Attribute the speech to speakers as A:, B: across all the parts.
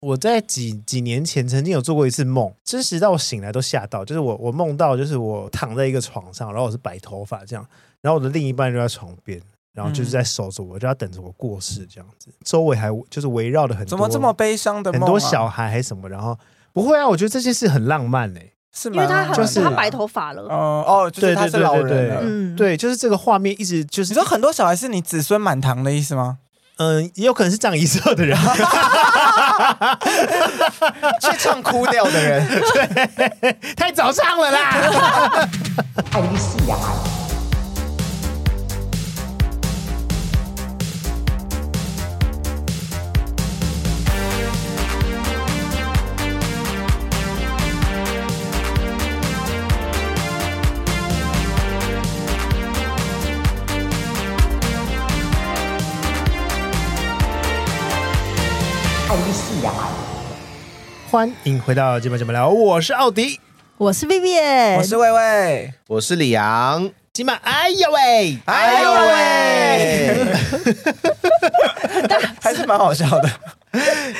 A: 我在几几年前曾经有做过一次梦，真实到我醒来都吓到，就是我我梦到就是我躺在一个床上，然后我是白头发这样，然后我的另一半就在床边，然后
B: 嗯
A: 就是在守着我，就要等着我过世这样子，周围还就是围绕的很多
B: 怎么这么悲伤的
A: 很
B: 梦、啊？
A: 多小孩还什么，然后不会啊，我觉得这件事很浪漫哎、
B: 是
C: 因
B: 吗？
C: 为他很、
A: 就是
C: 他白头发了，
B: 哦哦，就是他是
A: 对对对对
B: 老人
A: 对
B: 了。
C: 嗯，，
A: 对，就是这个画面一直就是
B: 你说很多小孩是你子孙满堂的意 思吗？
A: 嗯，也有可能是葬仪社 的人，
B: 去唱哭掉的人，
A: 太早上了啦。
D: 爱丽丝呀，爱丽丝呀，
A: 欢迎回到今晚节目聊，我是奥迪。
C: 我 是
B: 我
C: Vivian，
B: 是魏魏。
E: 我是李阳，
A: 今晚，哎呦喂，
B: 哎呦
C: 哎
B: 喂， 还是蛮好笑的。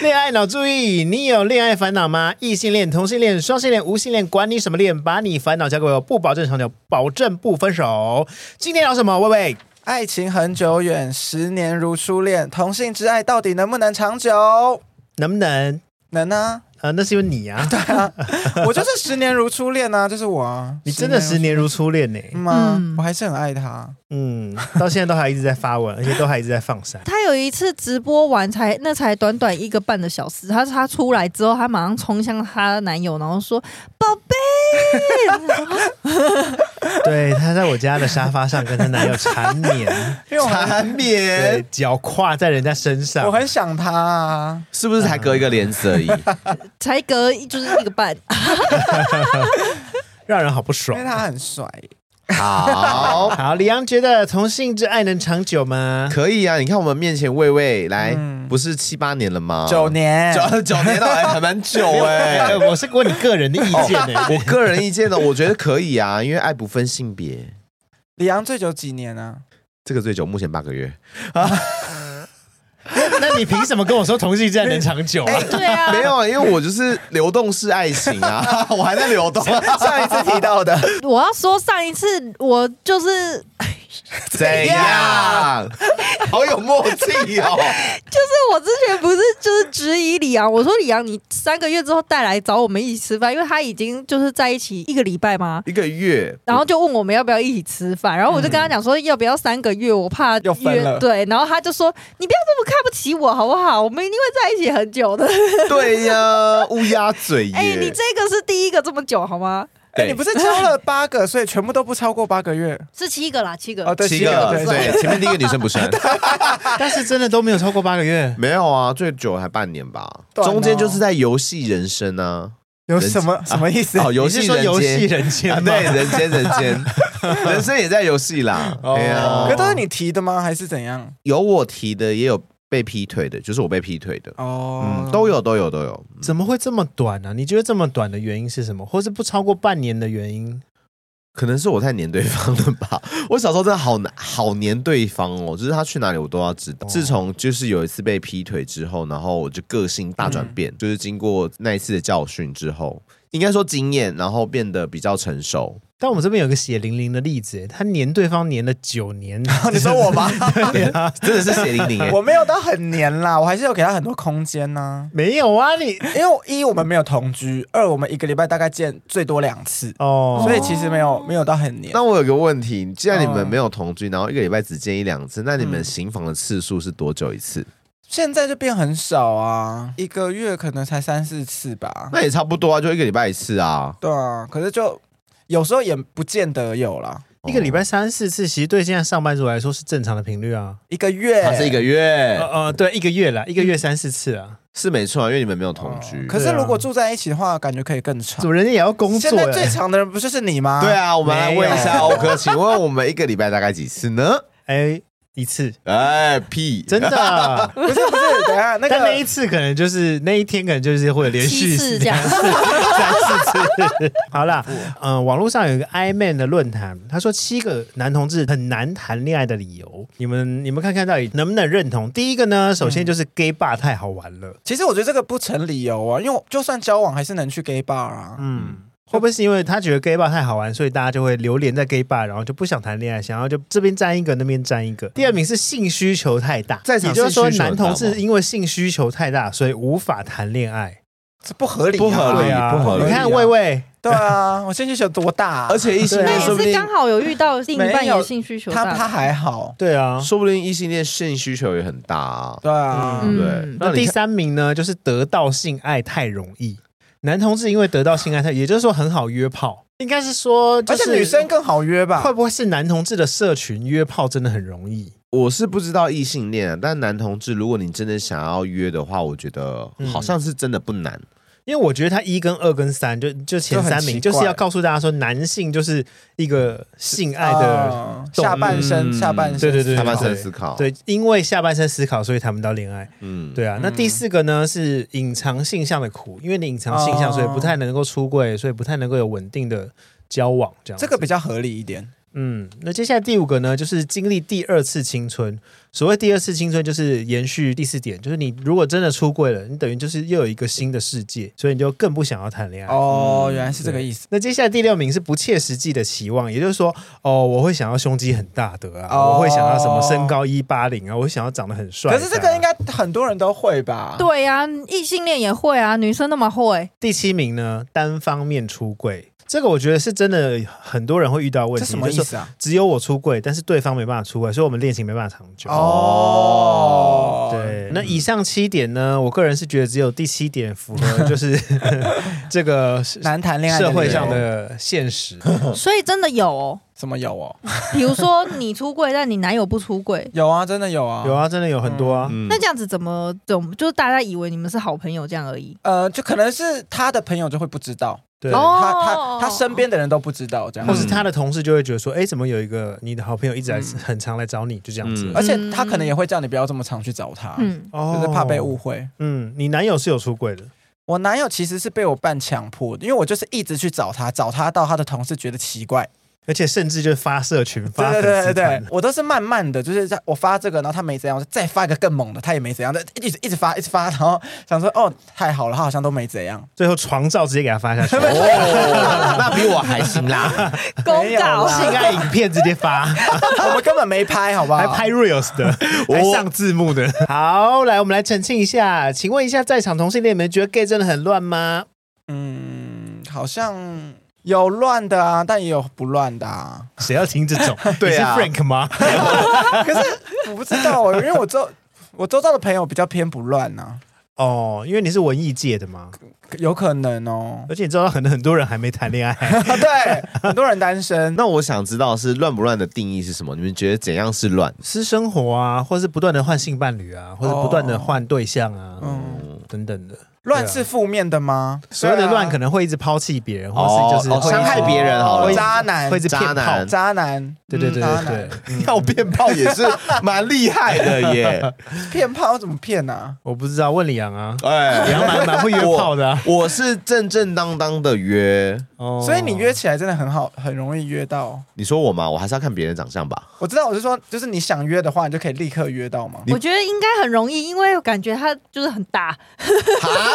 A: 恋爱脑注意，你有恋爱烦恼吗？异性恋、同性恋、双性恋、无性恋，管你什么恋，把你烦恼交给我，不保证长久，保证不分手。今天聊什么？喂喂，
B: 爱情很久远，十年如初恋。同性之爱到底能不能长久？
A: 能不能？
B: 能啊，
A: 呃，那是因为你 啊，
B: 我就是十年如初恋啊，就是我啊。
A: 你真的十年如初恋呢、
B: 吗？
C: 嗯
B: 我还是很爱他。
A: 嗯，到现在都还一直在发文，而且都还一直在放 闪。
C: 他有一次直播完才那才短短一个半的小时，他他出来之后，他马上冲向她男友，然后说：“宝贝。
A: 对，她在我家的沙发上跟她男友缠 绵，
B: 因为我很
E: 缠
A: 对
E: 绵，，
A: 脚跨在人家身上
B: 我。很想他啊。
E: 是不是才隔一个帘子而已？”
C: 才隔一就是一个半，
A: 让人好不
B: 因
A: 爽
B: 为。他很帅，
E: 好，
A: 好，李阳觉得同性之爱能长久吗？
E: 可以啊！你看我们面前魏魏来，
B: 嗯
E: 不是七八年了吗？
B: 九年，
E: 九九年了，还还蛮久哎、
A: 哎 哦我是问你个人的意见欸呢、
E: 我个人意见呢，我觉得可以啊， 因为爱不分性别。
B: 李阳最久几年啊？
E: 这个最久，目前八个 月。
A: 那你凭什么跟我说同性之爱能长久啊？
C: 对啊
E: 没有啊，因为我就是流动式爱情啊， 我还在流动。
B: 上一次提到的，
C: 我要说上一次我就是
E: 怎样？好有默契哦！
C: 就是我之前不是就是质疑李阳，我说李阳，你三个月之后带来找我们一起吃饭，因为他已经就是在一起一个礼拜嘛。
E: 一个月，
C: 然后就问我们要不要一起吃饭，然后我就跟他讲说要不要三个月，我怕
B: 又嗯分
C: 约
B: 了
C: 对，然后他就说你不要这么看不起我好不好？我们一定会在一起很久的。
E: 对呀、乌鸦嘴耶！
C: 哎、你这个是第一个这么久好吗？
B: 哎、
E: 对
B: 你不是交了八个，所以全部都不超过八个月
C: 是七个啦，七个。
B: 哦，对，
E: 七
B: 个，
E: 个，对，前面第一个女生 不算，
A: 但是真的都没有超过八个月，
E: 没有啊，最久还半年吧，
A: 啊
B: 短哦
E: 中间就是在游戏人生啊，
B: 有什么什么意思？
E: 哦，游
A: 你是
E: 戏
A: 说
E: 人
A: 游戏
E: 间，
A: 人间
E: 啊
A: 吗？
E: 对，人间人间， 人生也在游戏啦，
A: 哦
E: 对
B: 可
E: 呀，
B: 是都是你提的吗？还是怎样？
E: 有我提的，也有被劈腿的，就是我被劈腿的，
B: 哦，
E: 嗯，都有都有都有，
A: 怎么会这么短啊呢、你觉得这么短的原因是什么？或是不超过半年的原因？
E: 可能是我太黏对方了吧？ 我小时候真的好难好黏对方哦，就是他去哪里我都要知道。
A: 哦
E: 自从就是有一次被劈腿之后，然后我就个性大转变，
A: 嗯
E: 就是经过那一次的教训之后，应该说经验，然后变得比较成 熟。
A: 但我们这边有个血淋淋的例子，欸他黏对方黏了九 年，
B: 你说我 吗？！
E: 对啊，真的是血淋淋耶
B: 我没有到很黏啦，我还是有给他很多空间呐、
A: 没有啊？你
B: 因为一我们没有同居，二我们一个礼拜大概见最多两次，
A: 哦，
B: 所以其实没有没有到很黏。
E: 那我有个问题，既然你
B: 哦
A: 嗯
E: 们没有同居，然后一个礼拜只见一两次，那你们
B: 嗯
E: 行房的次数是多久一次？
B: 现在就变很少啊，一个月可能才三四次吧。
E: 那也差不多啊，就一个礼拜一次啊。
B: 对啊，可是就有时候也不见得有啦，
A: 一个礼
E: 哦
A: 拜三四次，其实对现在上班族来说是正常的频率啊。
B: 一个月，
E: 它是一个
A: 呃
E: 月，
A: 呃，对，一个月啦，一个月三四次啊。
E: 是没错啊，因为你们没有同居。
B: 哦可
A: 对
B: 是
A: 啊
B: 如果住在一起的话，感觉可以更长
A: 怎。么人家也要啊工
B: 现
A: 作
B: 在
A: 呀、
B: 最长的人 不就是你吗？
E: 对，啊，我们来
A: 没有
E: 问一下欧哥，请问我们一个礼拜大概几次呢？
A: 哎，一次，
E: 哎屁，
A: 真 的。啊
B: 不是不是，等 一下那
A: 但那一
B: 个
A: 次可能就是那一天，可能就是会连续
C: 七次这样
A: 两次 三四次。好啦，嗯、网络上有一个 I Man 的论坛，他说七个男同志很难谈恋爱的理由，你们你们看看到底能不能认同？第一个呢，首先就是 gay bar 太好玩了，
B: 其实我觉得这个不成理由啊，因为我就算交往还是能去 gay bar 啊。
A: 嗯。会不会是因为他觉得 gay bar 太好玩，所以大家就会流连在 gay bar，然后就不想谈恋爱，想要就这边沾一个，那边沾一个。第二名是性需求太大，
E: 在场
A: 也就是说
E: 性需求
A: 男
E: 很大
A: 同
E: 吗
A: 志因为性需求太大，所以无法谈恋爱。
B: 这不合理、啊，
E: 不合理
A: 对啊，
E: 不合理
A: 你看魏魏，
B: 对啊，我性需求多大、啊？
E: 而且异性
A: 对
C: 那
E: 恋
A: 啊
E: 说不
C: 也是
E: 定
C: 刚好有遇到另一半
B: 没有
C: 有性需求
B: 他
C: 大，
B: 他还好，
A: 对啊，
E: 说不定异性恋性需求也很大啊。
B: 对啊，
E: 对
C: 嗯
E: 不对，
A: 那
E: 你
A: 第
E: 看
A: 三名呢，就是得到性爱太容易。男同志因为得到性爱太，也就是说很好约炮，应该是说，就
B: 而
A: 是
B: 且女生啊更好约吧
A: 会？不会是男同志的社群约炮真的很容易？
E: 我是不知道异性恋啊，但男同志，如果你真的想要约的话，我觉得
A: 嗯
E: 好像是真的不难。
A: 因为我觉得他一跟二跟三，就就前三名，
B: 就很奇怪
A: 就是要告诉大家说，男性就是一个性爱的，
B: 啊
A: 动物
B: 下半身，
E: 嗯
B: 下半身，
A: 对对对
E: 下半
A: 对
E: 身思考，，
A: 对，因为下半身思考，所以谈不到恋爱。
E: 嗯，
A: 对啊，那第四个呢是隐藏性向的苦，因为你隐藏性向，
B: 哦
A: 所以不太能够出柜，所以不太能够有稳定的交往这样子。
B: 这个比较合理一点。
A: 嗯，那接下来第五个呢，就是经历第二次青春。所谓第二次青春，就是延续第四点，就是你如果真的出柜了，你等于就是又有一个新的世界，所以你就更不想要谈恋爱。嗯
B: 哦，原来是这个意思。
A: 那接下来第六名是不切实际的期望，也就是说，哦，我会想要胸肌很大的啊，
B: 哦
A: 我会想要什么身高一八零啊，我会想要长得很帅的
B: 可
A: 啊。
B: 是这个应该很多人都会吧？，
C: 对啊呀、异性恋也会啊，女生那么会，
A: 第七名呢，单方面出柜，这个我觉得是真的很多人会遇到的问
B: 这
A: 题，
B: 什么意
A: 就是说
B: 思啊？
A: 只有我出柜，但是对方没办法出柜，所以我们恋情没办法长久。
B: 哦，，
A: 对，那以上七点呢，我个人是觉得只有第七点符合， 就是这个社
B: 难谈恋爱的
A: 社
B: 理由
A: 会上的现 实。
B: 嗯
C: 所以真的有、哦。
B: 什么有哦？
C: 比如说 你出柜，但你男友不出柜，
B: 有啊，真的有啊，
A: 有。啊，真的有很多啊。
E: 嗯
C: 那这样子怎么怎么就是大家以为你们是好朋友这样而已？
B: 呃，就可能是他的朋友就会不知道，
A: 对，
C: 哦
B: 他他他身边的人都不知道这样
A: 或
E: 嗯
A: 是他的同事就会觉得说，哎，怎么有一个你的好朋友一直来
B: 嗯
A: 很常来找你，就这样子
E: 嗯。
B: 而且他可能也会叫你不要这么常去找他，
C: 嗯，
A: 哦
B: 就是怕被误。会。
A: 嗯，你男友是有出柜的，
B: 我男友其实是被我半强迫的，因为我就是一直去找他，找他到他的同事觉得奇怪，
A: 而且甚至就发社群发粉
B: 对对对
A: 丝
B: 对
A: 团
B: 对，。我都是慢慢的，就是在我发这个，然后他没怎样，我就再发一个更猛的，他也没怎样，一直一直发，一直发，然后想说哦，太好了，他好像都没怎样，
A: 最后床照直接给他发下去，
E: 哦，那比我还行啦。
B: 没有啦
A: 性爱影片直接 发，
B: 我们根本没拍，好不好？
A: 还拍 reels 的，
E: 哦
A: 还上字幕的。好，来我们来澄清一下，请问一下在场同性恋，你们觉得 gay 真的很乱吗？
B: 嗯，好像有乱的啊，但也有不乱的啊。
A: 谁要听这种？
E: 对啊
A: 你是 Frank 吗？
B: 可是 我不知道，因为我周我周遭的朋友比较偏不乱呐、
A: 哦，因为你是文艺界的嘛，
B: 有可能哦。
A: 而且你知道很很多人还没谈恋爱，
B: 啊， 对，很多人单
A: 啊
B: 身。
E: 那我想知道是乱不乱的定义是什么？你们觉得怎样是 乱？
A: 私生活啊，或是不断的换性伴侣啊，或者不断的
B: 哦
A: 换对象啊，
B: 嗯，
A: 等等的。
B: 乱是负面的吗？啊
A: 所有的乱可
B: 能
A: 能会一直抛弃别人，或是就是
E: 哦
A: 会一直
E: 伤害别人好了
B: 渣男
A: 会一直骗
E: 渣
A: 炮
E: 男。
B: 渣男，
A: 对对对
B: 嗯渣
A: 对
B: 男
A: 对，
E: 要变炮也是蛮厉害 的耶。
B: 骗炮怎么骗啊？
A: 我不知道，问李阳啊，
E: 哎
A: 李阳蛮蛮会约炮的啊。
E: 我是正正当当的约。
A: 哦
B: 所以你约起来真的很好，很容易约到。
E: 你说我吗？我还是要看别人长相吧。
B: 我知道，我是说，就是你想约的话，你就可以立刻约到嘛。
E: 你
C: 我觉得应该很容易，因为我感觉他就是很大，
B: 啊？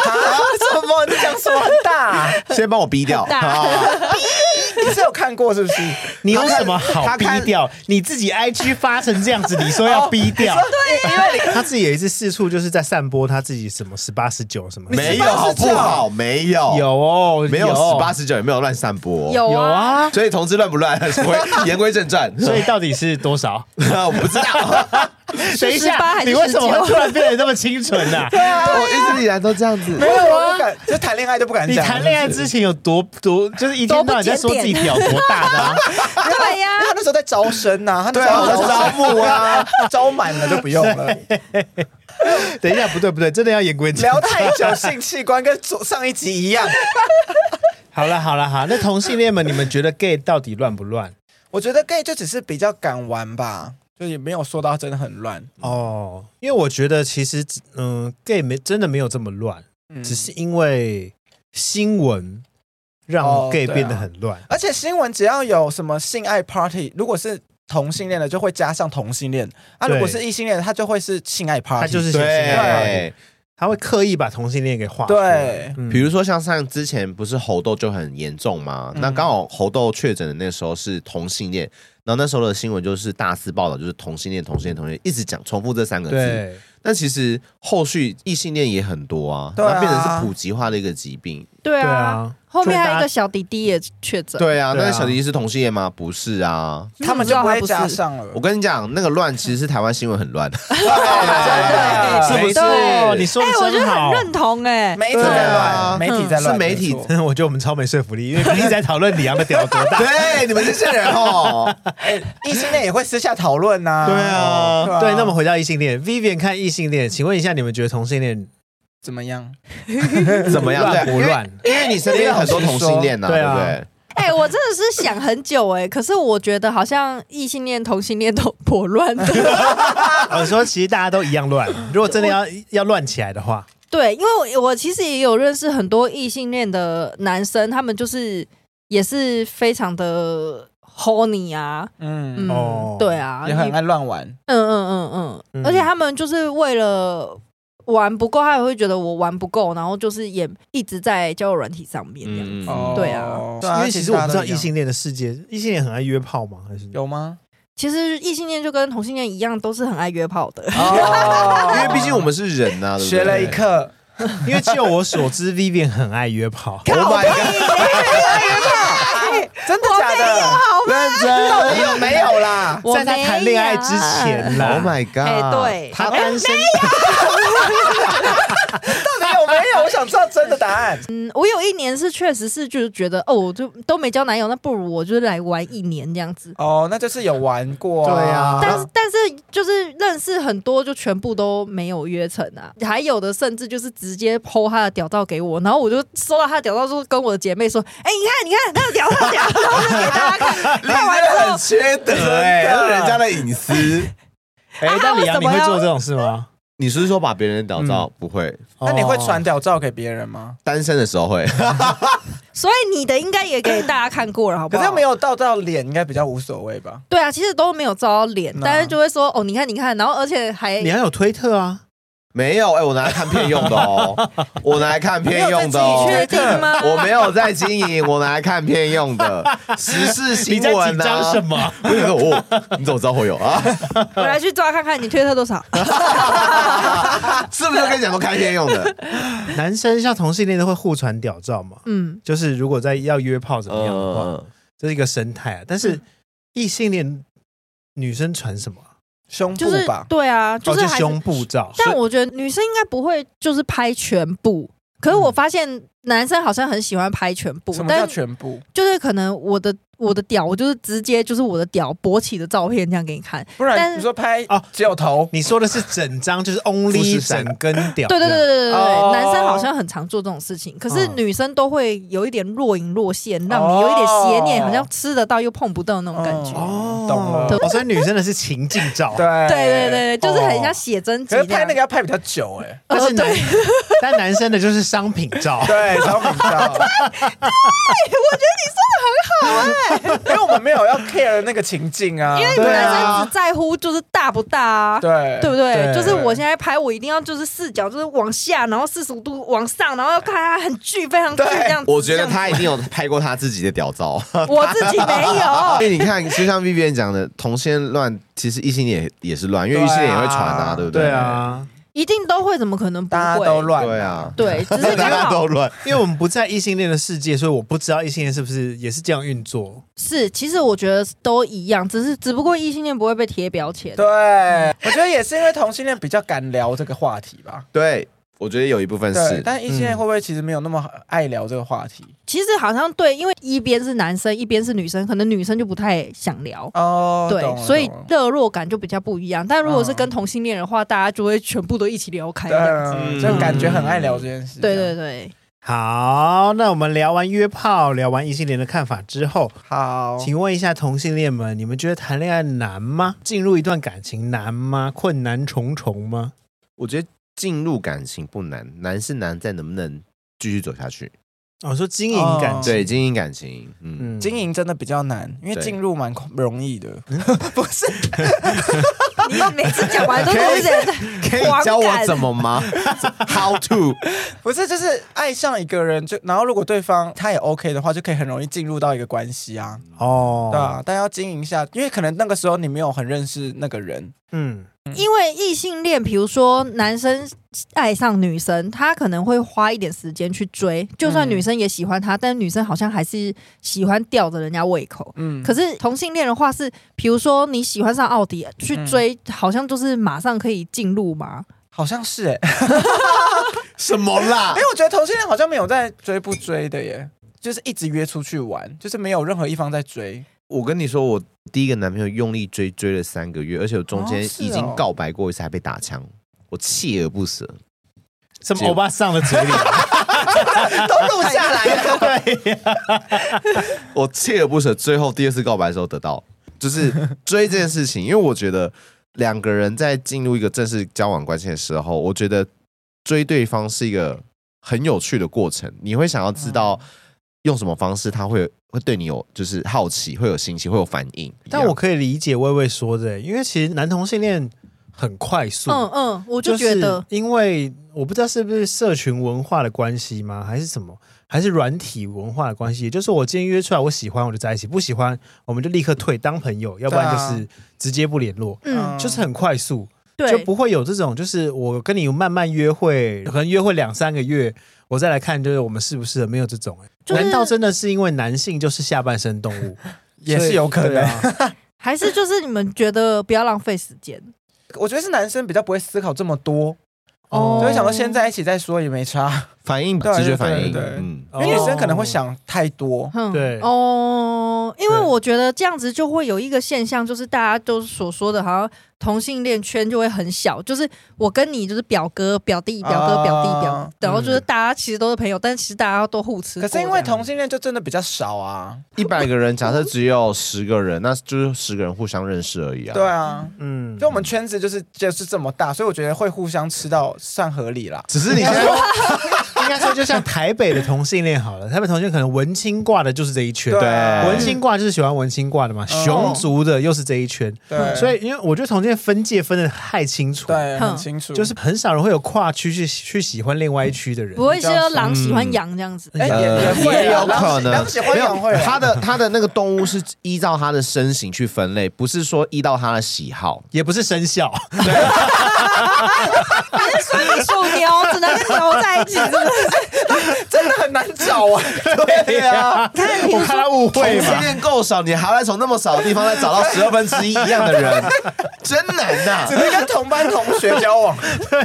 B: 什么？你想说很大？
E: 先帮我逼掉。
C: 大
E: 啊
B: 你是有看过是不是？
A: 你有什么好
E: 他
A: 逼
E: 看
A: 掉？你自己 IG 发成这样子，你说要逼掉？对，因为 他自己有一次四处就是在散播他自己什么十八十九什么，
E: 没有好不好？没有，
A: 有哦，
E: 没有十八十九哦也没有乱散播。
C: 有
A: 有
C: 啊，
A: 啊。
E: 所以同志乱不 乱？回言归正传，
A: 所以 到底是多少？
E: 我不知道，
A: 等一
C: 18
A: 下，
C: 还是
A: 你为什么
C: 19
A: 会突然变得那么清纯啊呢、
E: 啊我一直以来都这样子
B: 没。有，我不敢，就谈恋爱就不敢
A: 你
B: 讲。
A: 谈恋爱之前有多多，就是一天到晚在说自己屌多大的、啊，
C: 对呀、
B: 因为他那时候在招生呐、他那
E: 对啊，
B: 时
E: 我
B: 候
E: 招募啊，
B: 招满了就不用了。
A: 等一下，不对不对，真的要言归正
B: 聊
A: 传。
B: 太久，性器官跟左上一集一样。
A: 好了好了好，那同性恋们，你们觉得 gay 到底乱不乱？
B: 我觉得 gay 就只是比较敢玩吧，就也没有说到真的很乱，
A: 哦，因为我觉得其实嗯、g a y 没真的没有这么乱，
B: 嗯
A: 只是因为新闻让
B: 哦
A: gay
B: 对啊
A: 变得很乱。
B: 而且新闻只要有什么性爱 party，如果是同性恋的就会加上同性恋，啊，
A: 对
B: 如果是异性恋，他就会是性爱 party，
A: 他就是
E: 对，
A: 性爱
E: 对
A: party 他会刻意把同性恋给划分。
B: 对
A: 嗯，
E: 比如说像像之前不是猴痘就很严重吗？
A: 嗯
E: 那刚好猴痘确诊的那时候是同性恋，然后那时候的新闻就是大肆报道，就是同性恋、同性恋、同性恋，一直讲重复这三个字。
A: 对，
E: 但其实后续异性恋也很多啊，
B: 对啊
E: 那变成是普及化的一个疾病。
A: 对
C: 对啊，
A: 啊，
C: 后面还有
A: 就
C: 一
A: 大家
C: 个小弟弟也确诊，
E: 对啊，
A: 对啊
E: 那小迪是同性恋吗？不是啊。
B: 他们就不会加上了
E: 我。跟你讲，那个乱其实是台湾新闻很 乱，
B: 对
A: 是不
B: 没
A: 是？
C: 对
A: 你说
C: 哎、
A: 的
C: 我觉
A: 真
C: 得
A: 好
C: 很。 认同哎、
B: 媒体在
E: 对啊
B: 乱，媒体在乱，
E: 是媒体
B: 没错
A: 我觉得我们超没说服力，因为一直在讨论李阳的屌多大。
E: 对， 你们这些人哦，
B: 哎异性恋也会私下讨论呐。
E: 对啊
B: 哦
A: 对，那我们回到异性恋，Vivian 看异性恋，请问一下，你们觉得同性恋
B: 怎么样？
E: 怎么样？
A: 乱
E: 对
A: 不乱？
E: 因为你身边有很多同性恋呐、
A: 对
E: 对不
A: 啊
E: 对？
C: 哎、我真的是想很久哎、可是我觉得好像异性恋、同性恋都颇乱的。
A: 我说，其实大家都一样乱。如果真的要要乱起来的话，
C: 对，因为我我其实也有认识很多异性恋的男生，他们就是也是非常的 horny 啊，嗯，
B: 嗯，
A: 哦
C: 对啊，
B: 也
C: 你
B: 很爱乱玩。
C: 嗯嗯嗯
A: 嗯
C: 嗯，而且他们就是为了玩不够，他也会觉得我玩不够，然后就是也一直在交友软体上面这样。
E: 嗯，
B: 哦
C: 对啊
B: 对啊，
A: 因为其实我不知道
B: 大家都一
A: 异
B: 样
A: 性恋的世界，异性恋很爱约炮吗？还是
B: 有吗？
C: 其实异性恋就跟同性恋一样，都是很爱约炮 的。
B: 哦
E: 因为毕竟我们是人呐、对不对
B: 学了一课，
A: 因为就我所知，Vivian 很爱约炮。
E: Oh my god！
B: 哎真的假的？
E: 认真
B: 到底有没有啦？
C: 我
A: 在他谈恋爱之前啦
E: ，Oh my god！
C: 哎对
A: 他单身，
B: 到底有没有？我想知道真的答案。
C: 嗯，我有一年是确实是就是觉得哦，我就都没交男友，那不如我就来玩一年这样子。
B: 哦，那就是有玩过。
A: 对啊
C: 但 是但是就是认识很多，就全部都没有约成啊，还有的甚至就是直接剖他的屌照给我，然后我就收到他的屌照之后，跟我的姐妹说：“哎、你看你看他的屌，他的屌。”然后就给大家看，看完之后
E: 很缺德哎、那是人家的隐私。
A: 哎，那李阳你会做这种事吗？哦
E: 你是说把别人屌照、不会？
B: 那你会传屌照给别人吗？
E: 单身的时候会，
C: 所以你的应该也给大家看过了，好不
B: 可
C: 好？
B: 是没有到到脸，应该比较无所谓吧？
C: 对啊，其实都没有照到脸，
B: 那
C: 但是就会说：“哦，你看你看。”然后而且还
A: 李阳有推特啊，
E: 没有哎、我拿来看片用的哦，我拿来看片用的
C: 你
E: 哦。
C: 确定吗？
E: 我没有在经营，我拿来看片用的 时事
A: 你
E: 新
A: 在紧
E: 闻
A: 张
E: 啊
A: 什。么？
E: 我想说，哦，你怎么知道我有啊？
C: 我来去抓看看你推特多少。
E: 是不是跟你讲说看片用的？
A: 男生像同性恋都会互传屌照嘛，
C: 嗯，
A: 就是如果在要约炮怎么样的话，
E: 嗯，
A: 这是一个生态啊。但是异性恋女生传什么啊？
B: 胸部
C: 就是
B: 吧？
C: 对啊，
A: 哦，
C: 是还是
A: 胸部照，
C: 但我觉得女生应该不会就是拍全部，可是我发现男生好像很喜欢拍全部
B: 嗯什，么叫
C: 但
B: 全部？
C: 就是可能我的我的屌，我就是直接就是我的屌勃起的照片这样给你看。
B: 不
C: 但
B: 然
C: 是
B: 你说拍
A: 哦
B: 只有头，
A: 你说的是整张，就是 only
E: 53
A: 整根屌，
C: 对对对对对对
B: 哦嗯
C: 对，男生好像很常做这种事情，可是女生都会有一点若隐若现，让
B: 哦
C: 你有一点邪念，好像吃得到又碰不到那种感觉。
B: 嗯
A: 哦，
B: 懂了
A: 哦，所以女生的是情境
E: 哦
A: 照，
B: 对
C: 对对对对，就是很像
B: 哦
C: 写真集
B: 可是
C: 那
B: 拍
C: 样呃
B: 那个。要拍比较久哎。
A: 但是男， 但男生的就是商品照，
B: 对，超频 道。对，我觉得你说的很好哎，因为我们没有要 care 那个情境啊。因为
A: 对
C: 男生
A: 啊
C: 只，在乎就是大不大啊，
B: 哎对
C: 对不对？
A: 对
C: 就是我现在拍，我一定要就是视角就是往下，然后四十五度往上，然后要看它很巨，非常巨
B: 对
C: 这样子。
E: 我觉得
C: 这样
E: 他一定有拍过他自己的屌照。
C: 子我自己没有。
E: 所以你看，就像 Vivian 讲的，同性恋乱，其实异性恋也也是乱，因为异性恋也会传啊，对
B: 对
E: 不对？
A: 对，啊，
C: 一定都会，怎么可能不
B: 大家都
C: 会？
B: 乱，
E: 对，啊，
C: 对，只是
E: 大
C: 刚
E: 家
C: 好
E: 都乱。
A: 因为我们不在异性恋的世界，所以我不知道异性恋是不是也是这样运作。
C: 是，其实我觉得都一样，只是只不过异性恋不会被贴标签。
B: 对，我觉得也是因为同性恋比较敢聊这个话题吧。
E: 对，我觉得有一部分
B: 对
E: 是，，
B: 但异性恋会不会其实没有那么爱聊这个话题？
C: 其实好像对，因为一边是男生，一边是女生，可能女生就不太想聊。
B: 哦，
C: 对
B: 懂，了
C: 所以
B: 懂了
C: 热络感就比较不一样。但如果是
B: 嗯
C: 跟同性恋的话，大家就会全部都一起聊开这样子。
B: 对，
E: 嗯
B: 啊就感觉很爱聊这件事。
C: 对对对，
A: 好，那我们聊完约炮，聊完异性恋的看法之后，
B: 好，
A: 请问一下同性恋们，你们觉得谈恋爱难吗？进入一段感情难吗？困难重重吗？
E: 我觉得进入感情不难，难是难在能不能继续走下去。
A: 我、哦、说经营感情，
E: 对，经营感情，嗯，
A: 嗯
B: 经营真的比较难，因为
E: 对
B: 进入蛮恐容易 的。不是，
C: 你每次讲完都是有一点
E: 可以
C: 狂
E: 教我
C: 感
E: 怎么 吗？How to？
B: 不是，就是爱上一个人就，然后如果对方他也 OK 的话，就可以很容易进入到一个关系啊，
A: 哦，
B: 对啊，但要经营一下，因为可能那个时候你没有很认识那个人，
A: 嗯，
C: 因为异性恋，比如说男生爱上女生，他可能会花一点时间去追，就算
B: 嗯
C: 女生也喜欢他，但女生好像还是喜欢吊着人家胃口。
B: 嗯，
C: 可是同性恋的话是，比如说你喜欢上奥迪去追，
E: 嗯
C: 好像就是马上可以进入嘛。
B: 好像是 哎、欸，
E: 什么啦
B: 因？哎为我觉得同性恋好像没有在追不追的耶，就是一直约出去玩，就是没有任何一方在追。
E: 我跟你说，我第一个男朋友用力追追了三个月，而且我中间
B: 哦是哦
E: 已经告白过一次，还被打枪，我锲而不舍。
A: 什么欧巴上了嘴里， 啊
B: 都录下来了，
E: 我锲而不舍，最后第二次告白的时候得到，就是 追这件事情，因为我觉得两个人在进入一个正式交往关系的时候，我觉得追对方是一个很有趣的过程，你会想要知道用什么方式他会会对你有就是好奇，会有兴趣，会有反应。
A: 但我可以理解薇薇说的，因为其实男同性恋很快速，
C: 嗯嗯，我就觉
A: 是
C: 得，
A: 因为我不知道是不是社群文化的关系吗，还是什么，还是软体文化的关系？也就是我今天约出来，我喜欢我就在一起，不喜欢我们就立刻退当朋友，要不然
B: 啊
A: 就是直接不联络，
C: 嗯，
A: 就是很快速，就
C: 对，
A: 不会有这种就是我跟你慢慢约会，可能约会两三个月。我再来看，就是我们适不适合，没有这种、欸
C: 就是
A: 难道真的是因为男性就是下半身动物，
B: 也是有可
A: 所以对
B: 能。
A: 啊？
C: 还是就是你们觉得不要浪费时间。
B: 我觉得是男生比较不会思考这么多，
A: 哦
B: 所以想说先在一起再说也没差，
E: 反应，
B: 对
E: 直觉反应，
B: 对对对
E: 嗯，
A: 哦
B: 因为女生可能会想太多。
C: 哼
A: 对
C: 哦，因为
A: 对
C: 我觉得这样子就会有一个现象，就是大家都所说的，好像同性恋圈就会很小，就是我跟你就是表哥、表弟、表哥、
B: 啊嗯
C: 表弟、表，然后就是大家其实都是朋友，但其实大家都互吃
B: 可
C: 过这
B: 是
C: 样。
B: 因为同性恋就真的比较少啊，
E: 一百个人，假设只有十个人， 那就是十个人互相认识而已啊。
B: 对，啊，
A: 嗯
B: 就我们圈子就是就是这么大，所以我觉得会互相吃到算合理啦。
E: 只是你 现在
A: 应该说，就像台北的同性恋好了，台北同性恋可能文青挂的就是这一圈，
B: 对
A: 文青挂就是喜欢文青挂的嘛，
B: 嗯
A: 熊族的又是这一圈，
B: 对，
A: 所以因为我觉得同性恋分界分的太清楚，
B: 对
C: 哼
B: 很清楚，
A: 就是很少人会有跨区去去喜欢另外一区的人
C: 不，会是说狼喜欢
E: 嗯
C: 羊这样子。
B: 哎也
E: 呃
B: 也会
E: 也有可能
B: 当时会
E: 没
B: 有会
E: 有
B: 有
E: 它的它的那个动物是依照它的身形去分类，不是说依照它的喜 好。
A: 也不是生肖，
C: 还是说你属牛，只能跟牛在一起，是不是？
B: 真的很难找 啊。对 啊，
A: 我怕他误
E: 同
A: 会
E: 性
A: 嘛。
E: 恋够少，你还来从那么少的地方再找到十二分之一一样的 人，真难啊呐、
B: 只能跟同班同学交往。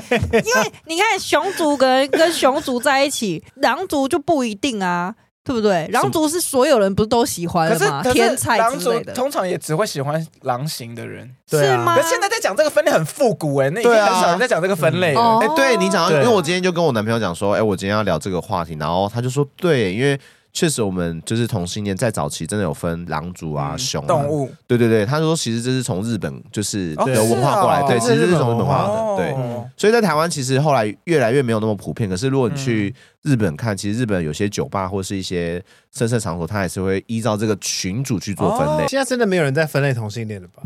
C: 因为你看熊族跟跟熊族在一起，狼族就不一定啊，对不对？狼族是所有人不是都喜欢
B: 可
C: 的
B: 是
C: 吗？
B: 可
C: 天
B: 是
C: 才
B: 狼
C: 之
B: 族
C: 类的，
B: 通常也只会喜欢狼型的人。
A: 对
C: 是
A: 啊
C: 吗
B: 可？是现在在讲这个分类很复古哎，那已经
E: 对啊
B: 很少人在讲这个分类了
C: 哦。
E: 哎、对你讲到，
A: 对
E: 因为我今天就跟我男朋友讲说，哎、我今天要聊这个话题，然后他就说，对，因为确实我们就是同性恋在早期真的有分狼族啊、熊啊
B: 动，物
E: 对对对，他说其实这是从日本就是
B: 哦
E: 的文化过来，
B: 是哦
E: 对，其实这是从日本文化
B: 哦
E: 的，对。所以在台湾其实后来越来越没有那么普遍。可是如果你去日本看，其实日本有些酒吧或是一些深色场所，它也是会依照这个群组去做分类。
A: 现在真的没有人在分类同性恋了吧？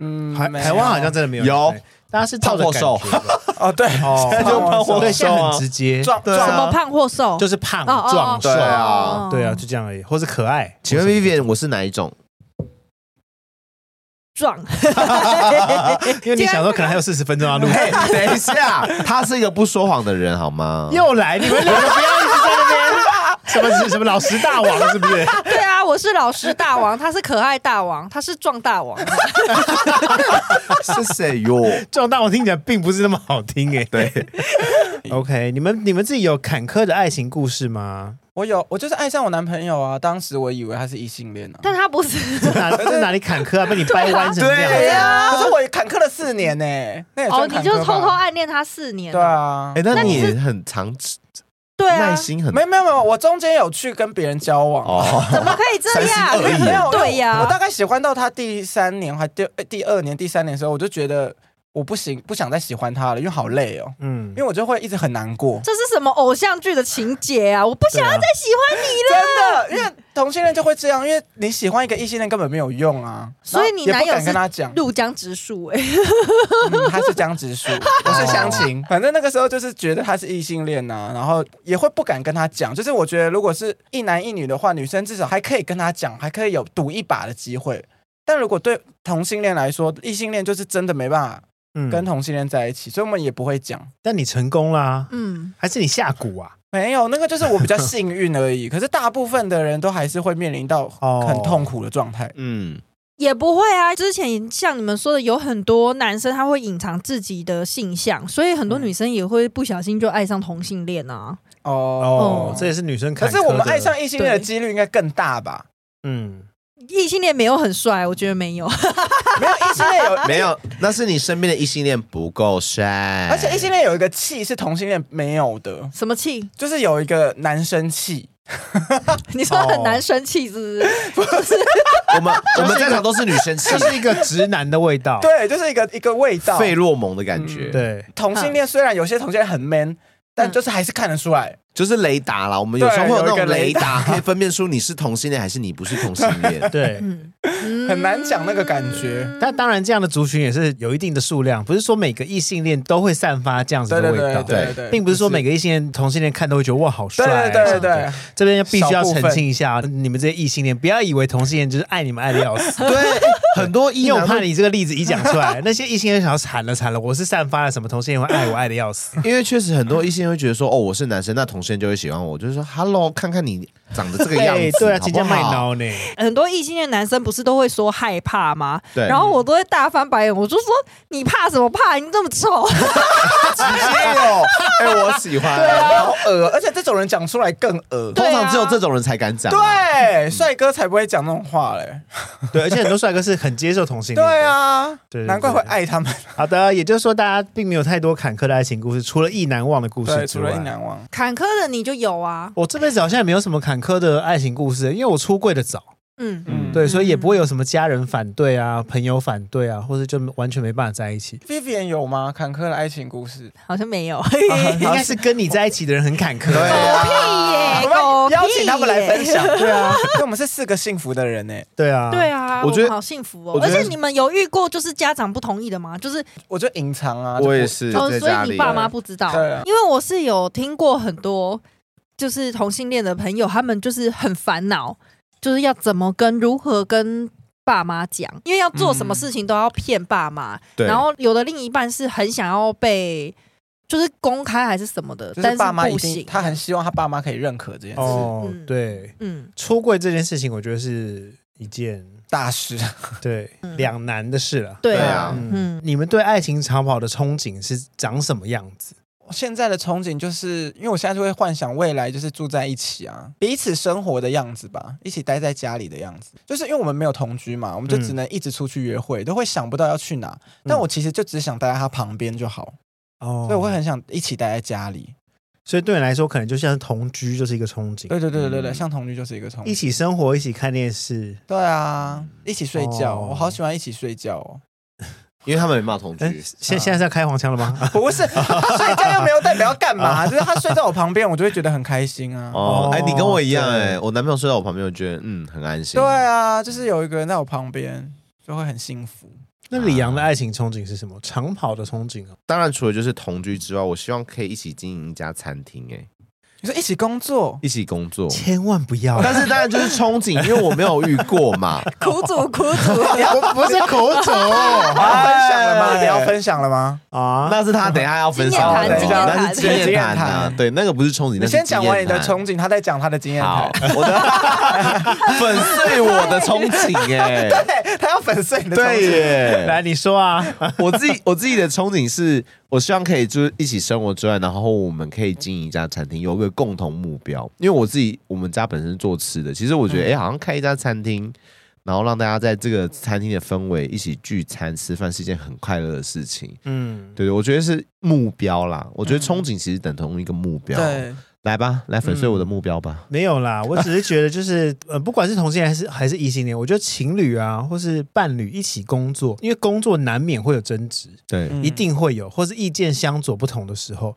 B: 嗯
A: 台
B: 没有
A: 台湾好像真的没有人
E: 有
A: 分类，大家是照着感觉吧
B: 哦对，
A: 哦，
B: 现在就胖或
A: 对现在
E: 瘦啊
A: 很直接，
B: 壮
E: 对啊
C: 什么
B: 壮
C: 胖或瘦？
A: 就是胖
C: 哦哦
A: 壮
E: 对
A: 瘦，
E: 啊
A: 对啊，，就这样而已，或是可爱。
E: 请问 Vivian，我是哪一种？
C: 壮。
A: 因为你想说可能还有四十分钟啊要录，
E: 嘿，等一下，他是一个不说谎的人，好吗？
A: 又来，你们两个不要一直在那边什么什么老实大王是不 是？
C: 对啊，我是老师大王，他是可爱大王，他是壮大王。
E: 是谁哟？
A: 这种大王听起来并不是那么好听哎、
E: 对，
A: OK，你们你们自己有坎坷的爱情故事吗？
B: 我有我就是爱上我男朋友啊，当时我以为他是异性恋啊。
C: 但他不 是
A: 在哪在哪里坎坷啊？被你掰弯成这 样？
B: 呀，可是我也坎坷了四年呢，那也
C: 啊哦，
B: 算
C: 你
B: 坎坷
C: 就
B: 吧
C: 偷偷暗恋他四年。
B: 对啊
E: 哎、，那
C: 那
E: 你
C: 你
E: 也
C: 是
E: 很常
C: 对啊
E: 耐啊心很
B: 没有没有没有，我中间有去跟别人交往。啊
E: 哦，
C: 怎么可以这样？
E: 三心二意
B: 没有，
C: 对呀、
B: 我大概喜欢到他第三年还第呃第二年、第三年的时候，我就觉得我不行，不想再喜欢他了，因为好累哦，
A: 嗯
B: 因为我就会一直很难过。
C: 这是什么偶像剧的情节啊！我不想要再喜欢
B: 真的，
C: 你了。
B: 因为同性恋就会这样，因为你喜欢一个异性恋根本没有用啊，
C: 所以你
B: 然后也不
C: 男友
B: 敢
C: 是
B: 跟他讲，
C: 入江直树哎、
B: 嗯他是江 直树，我
A: 哦
B: 是湘琴。反正那个时候就是觉得他是异性恋呐、然后也会不敢跟他讲。就是我觉得如果是一男一女的话，女生至少还可以跟他讲，还可以有赌一把的机会。但如果对同性恋来说，异性恋就是真的没办法
A: 嗯
B: 跟同性恋在一起，所以我们也不会讲。
A: 但你成功啦、
C: 嗯，
A: 还是你下蛊啊？
B: 没有，那个就是我比较幸运而已。 可是大部分的人都还是会面临到
A: 哦
B: 很痛苦的状态。
E: 嗯，
C: 也不会啊。之前像你们说的，有很多男生他会隐藏自己的性向，所以很
E: 嗯
C: 多女生也会不小心就爱上同性恋啊。
A: 哦
B: 哦，，
A: 这也是女生
B: 可
A: 看。
B: 是我们爱上，异性恋的几率应该更大吧？
A: 嗯，
C: 异性恋没有很帅，我觉得没有。
B: 没有异性恋有
E: 没有，那是你身边的异性恋不够帅，
A: 哎
B: 而且异性恋有一个气是同性恋没有的，
C: 什么气？
B: 就是有一个男生气。
C: 你
E: 哦
C: 说很难生气是不是？
E: 我们我们在场都是女生气
A: 这，是一个直男的味 道。
B: 对，就是一个一个味道。
E: 费洛蒙的感觉，，
A: 嗯对，。
B: 同性恋虽然有些同性恋很 man，但就是还是看得出来。
E: 就是雷达啦。我们有时候会有
B: 对
E: 那
B: 有
E: 种
B: 一个
E: 雷
B: 雷达
E: 达，可以分辨出你是同性恋还是你不是同性恋
A: 对，
C: 嗯，
B: 很难讲那个感觉
C: 嗯
A: 但当然，这样的族群也是有一定的数量，不是说每个异性恋都会散发这样子
B: 对
A: 的
B: 对
A: 味道，
B: 对对对，
A: 嗯并不是说每个异性恋、同性恋看都会觉得哇好帅
B: 对
A: 啊。
B: 对对对
A: 什么的
B: 对，
A: 这边必须要
B: 少部分
A: 澄清一下，你们这些异性恋，不要以为同性恋就是爱你们爱的要 死。
E: 对，欸很多异
A: 因为我
E: 男
A: 怕
E: 会，
A: 你这个例子一讲出来，那些异性恋想要惨了惨了，我是散发了什么同性恋会爱我爱的要死。
E: 因为确实很多异性恋会觉得说，哦，我是男生，那同性恋就会喜欢我，就是说，Hello，看看你长得这个样
A: 哎
E: 子，
A: 对啊，
E: 好
A: 请
E: 不
A: 假卖
E: 好？
A: 脑呢。
C: 很多异性恋男生不是都会说害怕吗？
E: 对
C: 然后我都会大翻白眼，我就说你怕什么怕？你这么丑，
E: 直接有，哎，我喜欢，
B: 对啊，好恶，而且这种人讲出来更恶。
E: 通常只有这种人才敢讲，
A: 嗯
E: 啊
B: 对，帅哥才不会讲那种话嘞。
A: 对，而且很多帅哥是很接受同性恋。
B: 对，啊
A: 嗯对对对，
B: 难怪会爱他们。
A: 好的，也就是说，大家并没有太多坎坷的爱情故事，除了意难忘的故事
B: 对，
A: 之
B: 除
A: 外
B: 了一。难忘，
C: 坎坷的你就有啊，
A: 我这辈子好像也没有什么坎坷的爱情故事，因为我出柜的早，
C: 嗯，
E: 嗯
B: 嗯，
A: 对，所以也不会有什么家人反对啊、朋友反对啊，或者就完全没办法在一起。
B: Vivian 有吗？坎坷的爱情故事，
C: 好像没有，
E: 啊
A: 应该是跟你在一起的人很坎坷。
E: 对啊
B: 我
C: 屁耶狗
B: 们
C: 屁
B: 邀请他们来分 享。
A: 对啊，
B: 因为我们是四个幸福的人呢、
A: 对啊，
C: 对啊，
E: 我觉得
C: 们好幸福哦
E: 我，觉
C: 而
E: 得
C: 且你们有遇过就是家长不同意的吗？就是
B: 我就隐藏啊，
E: 我也是
C: 哦，
E: 在
C: 所
E: 家
C: 以
E: 里
C: 你爸妈不知道
B: 对啊，
C: 因为我是有听过很多就是同性恋的朋友，他们就是很烦恼，就是要怎么跟如何跟。爸妈讲，因为要做
E: 嗯
C: 什么事情都要骗爸妈，
E: 对
C: 然后有的另一半是很想要被，就是公开还是什么的，
B: 就
C: 但
B: 是爸妈一
C: 不
B: 定，
C: 行。啊
B: 他很希望他爸妈可以认可这件事。
A: 哦
C: 嗯，
A: 对，
C: 嗯，
A: 出柜这件事情，我觉得是一件
B: 大师，
A: 对
C: 嗯
A: 两难的事了。
C: 对
E: 对
C: 啊，
E: 啊
A: 嗯，你们对爱情长跑的憧憬是长什么样子？
B: 我现在的憧憬就是，因为我现在就会幻想未来就是住在一起啊，彼此生活的样子吧，一起待在家里的样子。就是因为我们没有同居嘛，我们就只能一直出去约会，都会想不到要去哪。
E: 嗯
B: 但我其实就只想待在他旁边就好，
A: 哦
B: 所以我会很想一起待在家里。
A: 所以对你来说，可能就像同居就是一个憧憬，
B: 对对对对对对，
E: 嗯
B: 像同居就是一个憧憬。
A: 一起生活，一起看电视。
B: 对啊，一起睡觉，
A: 哦
B: 我好喜欢一起睡觉哦。
E: 因为他们没骂同
A: 哎，
E: 居，
A: 现现在是要开黄腔了吗？
B: 不是，他睡觉又没有代表要干 嘛，就是他睡在我旁边，我就会觉得很开心啊。
E: 哦
A: 哦，
E: 哎，你跟我一样
A: 对
E: 哎，我男朋友睡在我旁边，我觉得嗯很安心。
B: 对啊，就是有一个人在我旁边，就会很幸福。
A: 那李阳的爱情憧憬是什么？长跑的憧憬啊？
E: 当然除了就是同居之外，我希望可以一起经营一家餐厅，哎，
B: 你说一起工 作，
E: 一起工 作。
A: 千万不要！
E: 但是当然就是憧憬，因为我没有遇过 嘛。
C: 苦主苦主，
E: 我不是口走，
B: 我要分享了吗？
E: 哎
B: 你要分享了吗？
A: 啊，
E: 那是他等一下要分享
B: 经验
E: 的，
B: 谈
E: 那是
C: 经
E: 经
B: 验谈
E: 验谈啊。对，那个不是憧憬，
B: 你
E: 那是
B: 先讲完你
E: 经验
B: 的
E: 谈
B: 憧憬，他再讲他的经验
E: 好
B: 谈。，
E: 我的粉碎我的憧憬哎、
B: 对，他要粉碎你的憧
E: 对
B: 憬。
E: 耶，
A: 来你说啊，
E: 我自己我自己的憧憬是，我希望可以就是一起生活之外，然后我们可以经营一家餐厅，有一个共同目标。因为我自己我们家本身做吃的，其实
A: 嗯
E: 我觉得哎、诶好像开一家餐厅，然后让大家在这个餐厅的氛围一起聚餐吃饭是一件很快乐的事情。
A: 嗯，
E: 对对，我觉得是目标啦。我觉得憧憬其实等同一个目标。
B: 对，
E: 来吧，来粉碎我的
A: 嗯
E: 目标吧。
A: 没有啦，我只是觉得就是呃，不管是同性恋还是还是异性恋，我觉得情侣啊，或是伴侣一起工作，因为工作难免会有争执，
E: 对，
B: 嗯
A: 一定会有，或是意见相左不同的时候，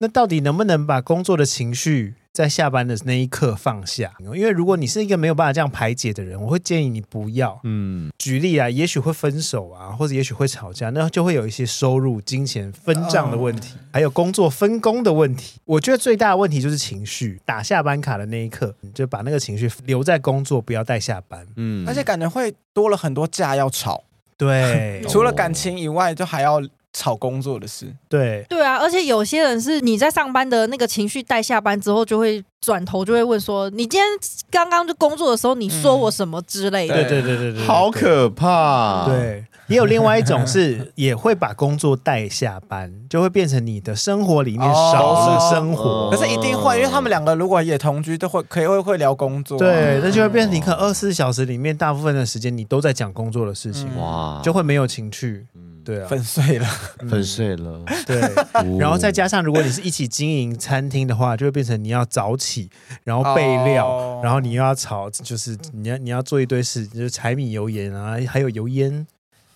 A: 那到底能不能把工作的情绪在下班的那一刻放下？因为如果你是一个没有办法这样排解的人，我会建议你不要。
E: 嗯，
A: 举例啊，也许会分手啊，或者也许会吵架，那就会有一些收入、金钱分账的问题，
E: 嗯
A: 还有工作分工的问题。我觉得最大的问题就是情绪，打下班卡的那一刻，你就把那个情绪留在工作，不要带下班。
E: 嗯
B: 而且感觉会多了很多架要吵，
A: 对
E: 哦
B: 除了感情以外，就还要吵工作的事。
A: 对，
C: 对啊，而且有些人是你在上班的那个情绪带下班之后，就会转头就会问说：“你今天刚刚就工作的时候，你说我什么之类的。
A: 对对对对对，
E: 好
A: 对
E: 可怕。，
A: 对，也有另外一种是也会把工作带下班，就会变成你的生活里面
B: 哦
A: 少了生活。
E: 哦
B: 可是一定会，因为他们两个如果也同居，都会可以会会聊工作啊。
A: 对，那就会变成你看二十四小时里面大部分的时间你都在讲工作的事情，
B: 嗯
E: 哇，
A: 就会没有情趣。
E: 嗯
A: 对啊，
B: 粉碎了。
A: 嗯
E: 粉碎了。
A: 对，
E: 哦
A: 然后再加上如果你是一起经营餐厅的话，就会变成你要早起，然后备料。
B: 哦
A: 然后你又要炒，就是你要你要做一堆事，就是柴米油盐啊，还有油烟，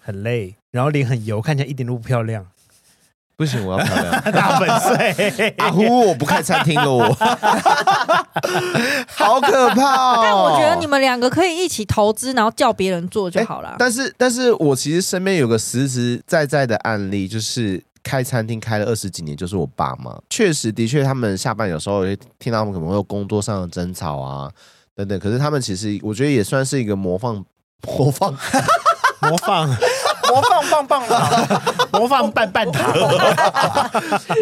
A: 很累，然后脸很油，看起来一点都不漂亮，
E: 不行，我要漂亮。。
A: 大粉碎
E: 啊呼！我不开餐厅了， 我好可怕、哦。
C: 但我觉得你们两个可以一起投资，然后叫别人做
B: 哎
C: 就好了。
E: 但是，但是我其实身边有个实实在在的案例，就是开餐厅开了二十几年，就是我爸妈。确实，的确，他们下班有时候会听到他们可能会有工作上的争吵啊，等等。可是他们其实，我觉得也算是一个模 范模范
A: 模仿
B: 模仿棒棒 糖，
A: 模仿棒棒糖，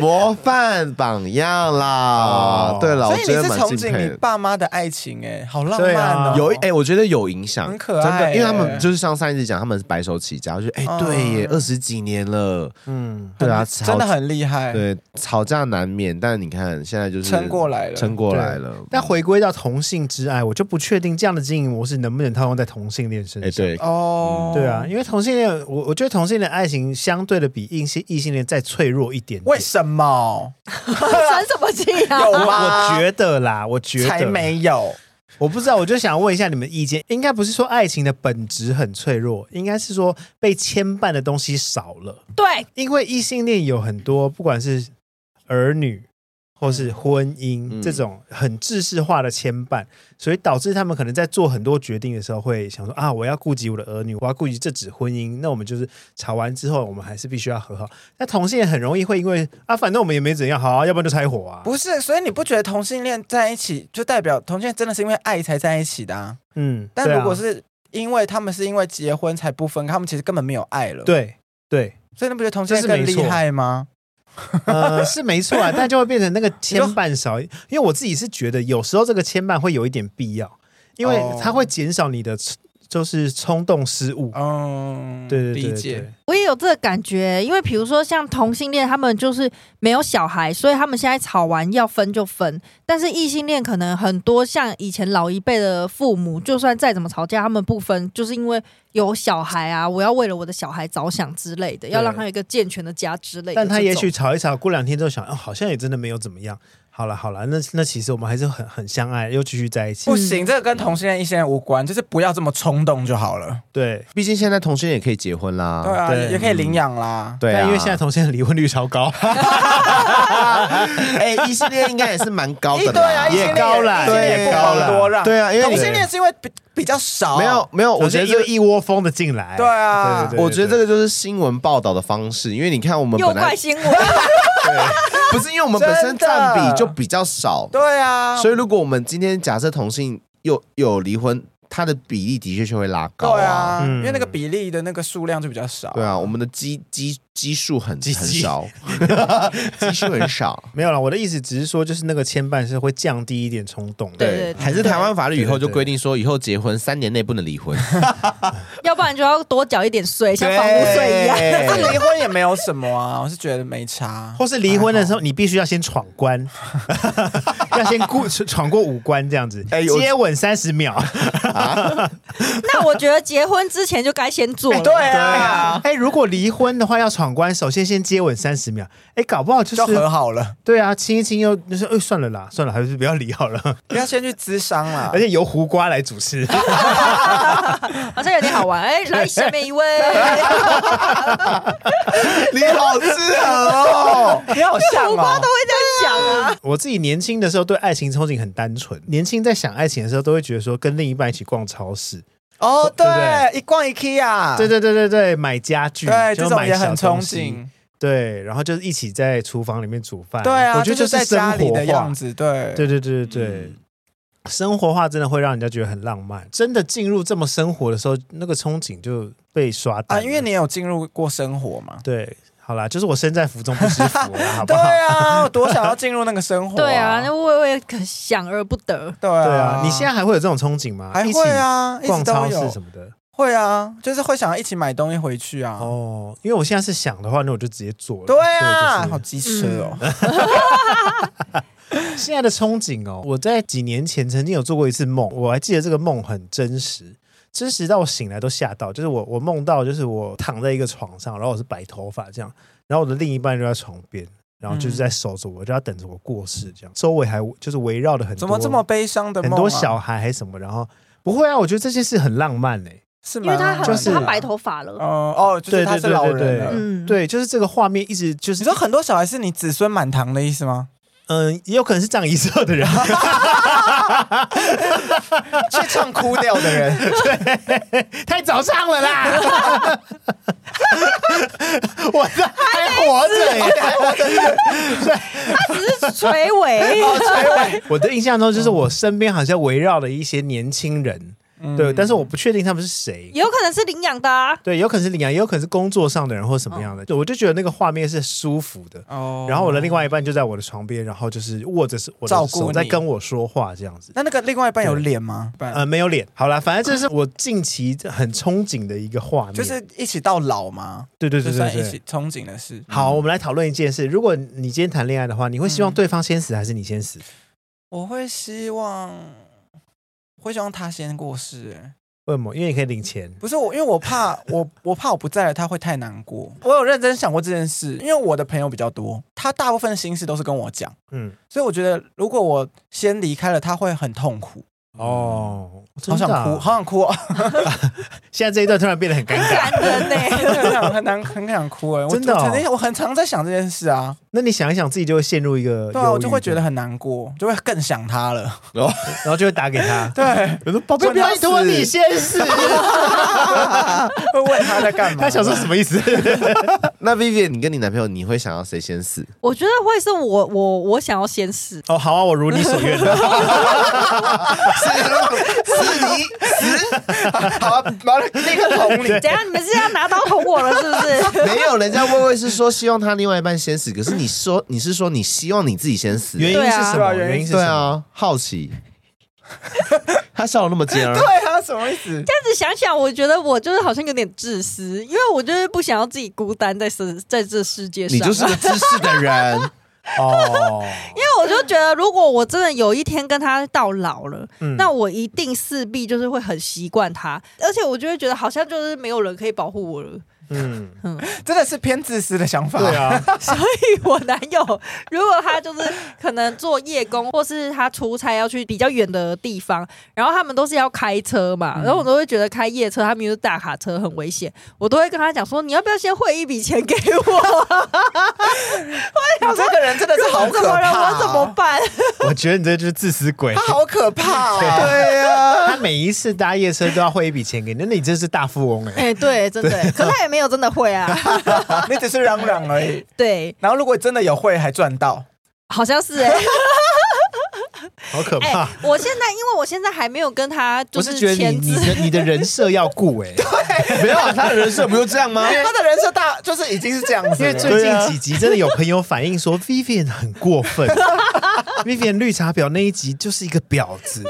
E: 模范榜样啦。
A: 哦
E: 对了，
B: 所
E: 我
B: 以
E: 真
B: 你
E: 的
B: 是
E: 蛮
B: 憧
E: 敬
B: 憬
E: 佩
B: 你
E: 的。
B: 爸妈的爱情哎，好浪
A: 对
B: 漫
A: 啊
B: 哦，
E: 有一哎、我觉得有影响
B: 很，可爱，
A: 真的
E: 因为他们就是像上一次讲，他们是白手起家，我觉得哎、
B: 嗯
E: 对耶，二十几年了，
A: 嗯，
E: 对啊，
B: 真的
E: 吵
B: 很厉害，
E: 对，吵架难免，但你看现在就是
B: 撑过来了，
E: 撑过来了。
A: 但回归到同性之爱，我就不确定这样的经营模式能不能套用在同性恋身
E: 哎、
A: 上。
E: 对，
B: 哦，
A: 对啊，，因为同性恋，我我觉得同性恋爱情相对的比异性异性恋再脆弱一点点
B: 为什么？
C: 生什么气 啊？
B: 有
A: 我
B: 吗？
A: 觉得啦，我觉得
B: 才，没有，
A: 我不知道，我就想问一下你们意见。应该不是说爱情的本质很脆弱，应该是说被牵绊的东西少了。
C: 对，
A: 因为异性恋有很多，不管是儿女或是婚姻、
E: 嗯
A: 这种很制式化的牵绊，所以导致他们可能在做很多决定的时候，会想说啊，我要顾及我的儿女，我要顾及这纸婚姻，那我们就是吵完之后，我们还是必须要和好。那同性恋很容易会因为啊，反正我们也没怎样，好、啊，要不然就拆伙啊。
B: 不是，所以你不觉得同性恋在一起就代表同性恋真的是因为爱才在一起的啊？
A: 嗯，
B: 但
A: 对啊
B: 如果是因为他们是因为结婚才不分，他们其实根本没有爱了。，
A: 对对，
B: 所以你不觉得同性恋更
A: 这是没
B: 厉
A: 错
B: 害吗？
A: 呃，是没错啊，但就会变成那个牵绊少，因为我自己是觉得有时候这个牵绊会有一点必要，因为
B: 哦
A: 它会减少你的就是冲动失误。
B: 嗯，
A: 对对对
B: 理
A: 对
B: 解。
C: 我也有这个感觉，因为比如说像同性恋，他们就是没有小孩，所以他们现在吵完要分就分。但是异性恋可能很多像以前老一辈的父母，就算再怎么吵架，他们不分，就是因为有小孩啊，我要为了我的小孩着想之类的，要让他有一个健全的家之哎类的这
A: 但
C: 种。
A: 他也许吵一吵，过两天之后想，哦，好像也真的没有怎么样。好了好了，那那其实我们还是很很相爱，又继续在一起
B: 不。行，这个跟同性恋、异性恋无关，就是不要这么冲动就好了。
A: 对，
E: 毕竟现在同性恋也可以结婚啦。
B: 对啊，
A: 对
B: 也也可以领养啦。
E: 对啊，
A: 但因为现在同性恋离婚率超高，
E: 哎，异性恋应该也是蛮高
B: 诶
E: 的
B: 对啊，
E: 啦，
B: 异性
A: 也
B: 恋
A: 高啦
B: 异性恋
E: 对
B: 也不
E: 高
B: 遑
E: 啦
B: 多让。
E: 对啊因为
B: 同
E: 你
B: 性恋是因为比比较少，
E: 没有没有，我
A: 我
E: 觉
A: 觉
E: 得
A: 得又
E: 这个。
A: 一窝蜂的进来。
B: 对啊
A: 对对对对
E: 我觉得这个就是新闻报道的方式，因为你看我们
C: 又
E: 本来
C: 怪新闻，
E: 不是因为我们本身
B: 真的
E: 占比就比较少，
B: 对啊，
E: 所以如果我们今天假设同性又又有离婚，它的比例的确就会拉高
B: 对啊，
A: 嗯
B: 因为那个比例的那个数量就比较少。
E: 对啊，我们的基基基数很
A: 基
E: 很
A: 基
E: 少，基数很少。
A: 没有了，我的意思只是说，就是那个牵绊是会降低一点冲动的。
C: 对对对
E: 还是台湾法律以后就规定说，以后结婚三年内不能离 婚，
C: 要不然就要多缴一点税，像房屋税一样。
B: 但
E: 对
B: 是离婚也没有什么啊，我是觉得没差。
A: 或是离婚的时候，你必须要先闯 关，要先过闯过五关这样子，
E: 哎有
A: 接吻三十秒。
C: 那我觉得结婚之前就该先做了。
B: 对啊，
A: 哎哎，如果离婚的话要闯关，首先先接吻三十秒，哎，搞不好就
B: 就是和好了，
A: 对啊，亲一亲又就是哎算了啦，算了，还是不要理好了。
B: 不要先去咨商啦
A: 而。且由胡瓜来主持，
C: 好像有点好玩。哎，来下面一位，
E: 你好适合哦，
B: 你好像
C: 胡
B: 哦
C: 瓜都，会这样讲啊。
A: 我自己年轻的时候对爱情憧憬很单纯，年轻在想爱情的时候都会觉得说跟另一半一起逛超市，
B: 哦，
A: 对不
B: 对，一逛 IKEA，
A: 对对对对对，买家具，
B: 啊对，
A: 就
B: 这种
A: 买
B: 也
A: 小
B: 很憧
A: 东西
B: 憬。
A: 对，然后就是一起在厨房里面煮饭，
B: 对啊，
A: 我觉得
B: 就
A: 这
B: 是在
A: 生
B: 家里
A: 活
B: 的
A: 化
B: 样子，嗯对
A: 对对对对对，生活化真的会让人家觉得很浪漫。真的进入这么生活的时候，那个憧憬就被刷淡
B: 啊，
A: 了
B: 因为你有进入过生活嘛。
A: 对，好啦，就是我身在福中不知福 啦，好不
B: 对
A: 好？
B: 啊，我多想要进入那个生活。
C: 对啊，那我我也可想而不得。
B: 对
A: 对啊，，
B: 啊
A: 你现在还会有这种憧憬吗？
B: 还
A: 一起
B: 会啊，一直
A: 逛
B: 都
A: 超
B: 有
A: 市什么的。
B: 会啊，就是会想要一起买东西回去啊。
A: 哦，因为我现在是想的话，那我就直接做了。
B: 对啊，
A: 所
B: 好
A: 以
B: 机
C: 嗯
B: 车 哦。
A: 就是现在的憧憬哦，我在几年前曾经有做过一次梦，我还记得这个梦很真实。真实到我醒来都吓到，就是我我梦到就是我躺在一个床上，然后我是白头发这样，然后我的另一半就在床边，然后
B: 嗯
A: 就是在守着我，就要等着我过世这样，周围还就是围绕的很多
B: 怎么这么悲伤的
A: 很
B: 梦啊？
A: 多小孩还什么，然后不会啊，我觉得这件事很浪漫嘞、
B: 是啊吗？
C: 因为他很、
A: 就是
C: 他白头发了，
B: 哦哦，就是
A: 对
B: 他
A: 对
B: 是
A: 对
B: 老
A: 对
B: 人
A: 对，
B: 了。
C: 嗯
A: 对，就是这个画面一直就
B: 你
A: 是
B: 说很多小孩是你子孙满堂的意思吗？
A: 嗯，也有可能是葬仪社的人，
B: 去唱哭掉的 人，
A: 太早上了啦！ 我这还活着耶！
C: 他只是垂尾。
A: 我的印象中就是我身边好像围绕了一些年轻人，
B: 嗯
A: 对，但是我不确定他们是谁。
C: 有可能是领养的、啊，
A: 对，有可能是领养，也有可能是工作上的人或什么样的。对我就觉得那个画面是舒服的。
B: 哦
A: 然后我的另外一半就在我的床边，然后就是握着手我
B: 照
A: 的
B: 顾
A: 手在
B: 你
A: 跟我说话这样子。
B: 那那个另外一半有脸吗？
A: 呃，没有脸。好啦，反正这是我近期很憧憬的一个画面。
B: 就是一起到老吗？
A: 对嗯对
B: 就哎
A: 对对
B: 算一
A: 对
B: 起。憧憬的事。
A: 好，我们来讨论一件事：如果你今天谈恋爱的话，你会希望
B: 嗯
A: 对方先死还是你先死？
B: 我会希望，会希望他先过世、欸。
A: 为什么？因为你可以领钱。
B: 不是我，因为我怕 我，我怕我不在了，他会太难过。我有认真想过这件事，因为我的朋友比较多，他大部分心事都是跟我讲，
A: 嗯，
B: 所以我觉得如果我先离开了，他会很痛苦，
A: 哦，
B: 好
A: 真
B: 想
A: 的啊
B: 哭，好想哭、哦，
A: 现在这一段突然变得很尴 尬。
C: 感人呢、
B: 很想很难很想哭哎、我
A: 真的哦
B: 我曾经我很常在想这件事啊，
A: 那你想一想，自己就会陷入一个
B: 对啊，
A: 忧
B: 我
A: 郁
B: 就会觉得，很难过，就会更想他了。。
E: 哦
A: 然后就会打给他
B: 对，啊
A: 我说：“宝贝，
B: 真
A: 不
B: 的要
A: 要拖
B: 死
A: 你先死。
B: 会问他在干”嘛。
A: 他想说什么意思？
E: 那 Vivian，你跟你男朋友，你会想要谁先 死？
C: 我觉得会是我我我想要先死，
A: 哦，好啊，我如你所愿了。
E: 是你
B: 好、啊，马上立刻 捅你。
C: 怎样？你们是要拿刀捅我了是不 是？
E: 没有，人家薇薇是说希望他另外一半先死，可是你说你是说你希望你自己先 死，
A: 原因
C: 对
A: 是
C: 啊
A: 什
B: 对
A: 么？
B: 啊原因
A: 原因是什
E: 对
A: 么？
E: 啊，好奇， 他笑得那么尖儿，
B: 对啊，什么意思？
C: 但是想想，我觉得我就是好像有点自私，因为我就是不想要自己孤单在世在这世界上。
E: 你就是个知识的 人，
A: 哦，
C: 因为我就觉得，如果我真的有一天跟他到老了，
A: 嗯
C: 那我一定势必就是会很习惯他，而且我就会觉得好像就是没有人可以保护我了。
A: 嗯，
B: 真的是偏自私的想法。
A: 对啊，
C: 所以 我男友如果他就是可能做夜工，或是他出差要去比较远的地方，然后他们都是要开车嘛，然后我都会觉得开夜车，他们又是大卡车很危险，我都会跟他讲说，你要不要先汇一笔钱给我？
B: 你这个人真的是好
C: 怎
B: 可
C: 么
B: 怕、
C: 了？我怎么办？
A: 我觉得你这就是自私 鬼
B: 他。好可怕、 啊！
A: 对呀，他每一次搭夜车都要汇一笔钱给你，那你真是大富翁哎。
C: 哎、对，真的，可他也没有真的会啊，
B: 你只是嚷嚷而已。
C: 对，
B: 然后如果真的有会，还赚到。
C: 好像是哎、
A: 好可
C: 哎、
A: 怕！
C: 我现在因为我现在还没有跟他就
A: 我是觉得你
C: 签
A: 你
C: 字，
A: 的你的人设要顾哎、
E: 没有啊，他的人设不就这样吗？
B: 他的人设大就是已经是这样子
A: 因
B: 了，
A: 为最近几集真的有朋友反映 说 Vivian 很过 分，Vivian 绿茶婊那一集就是一个婊子，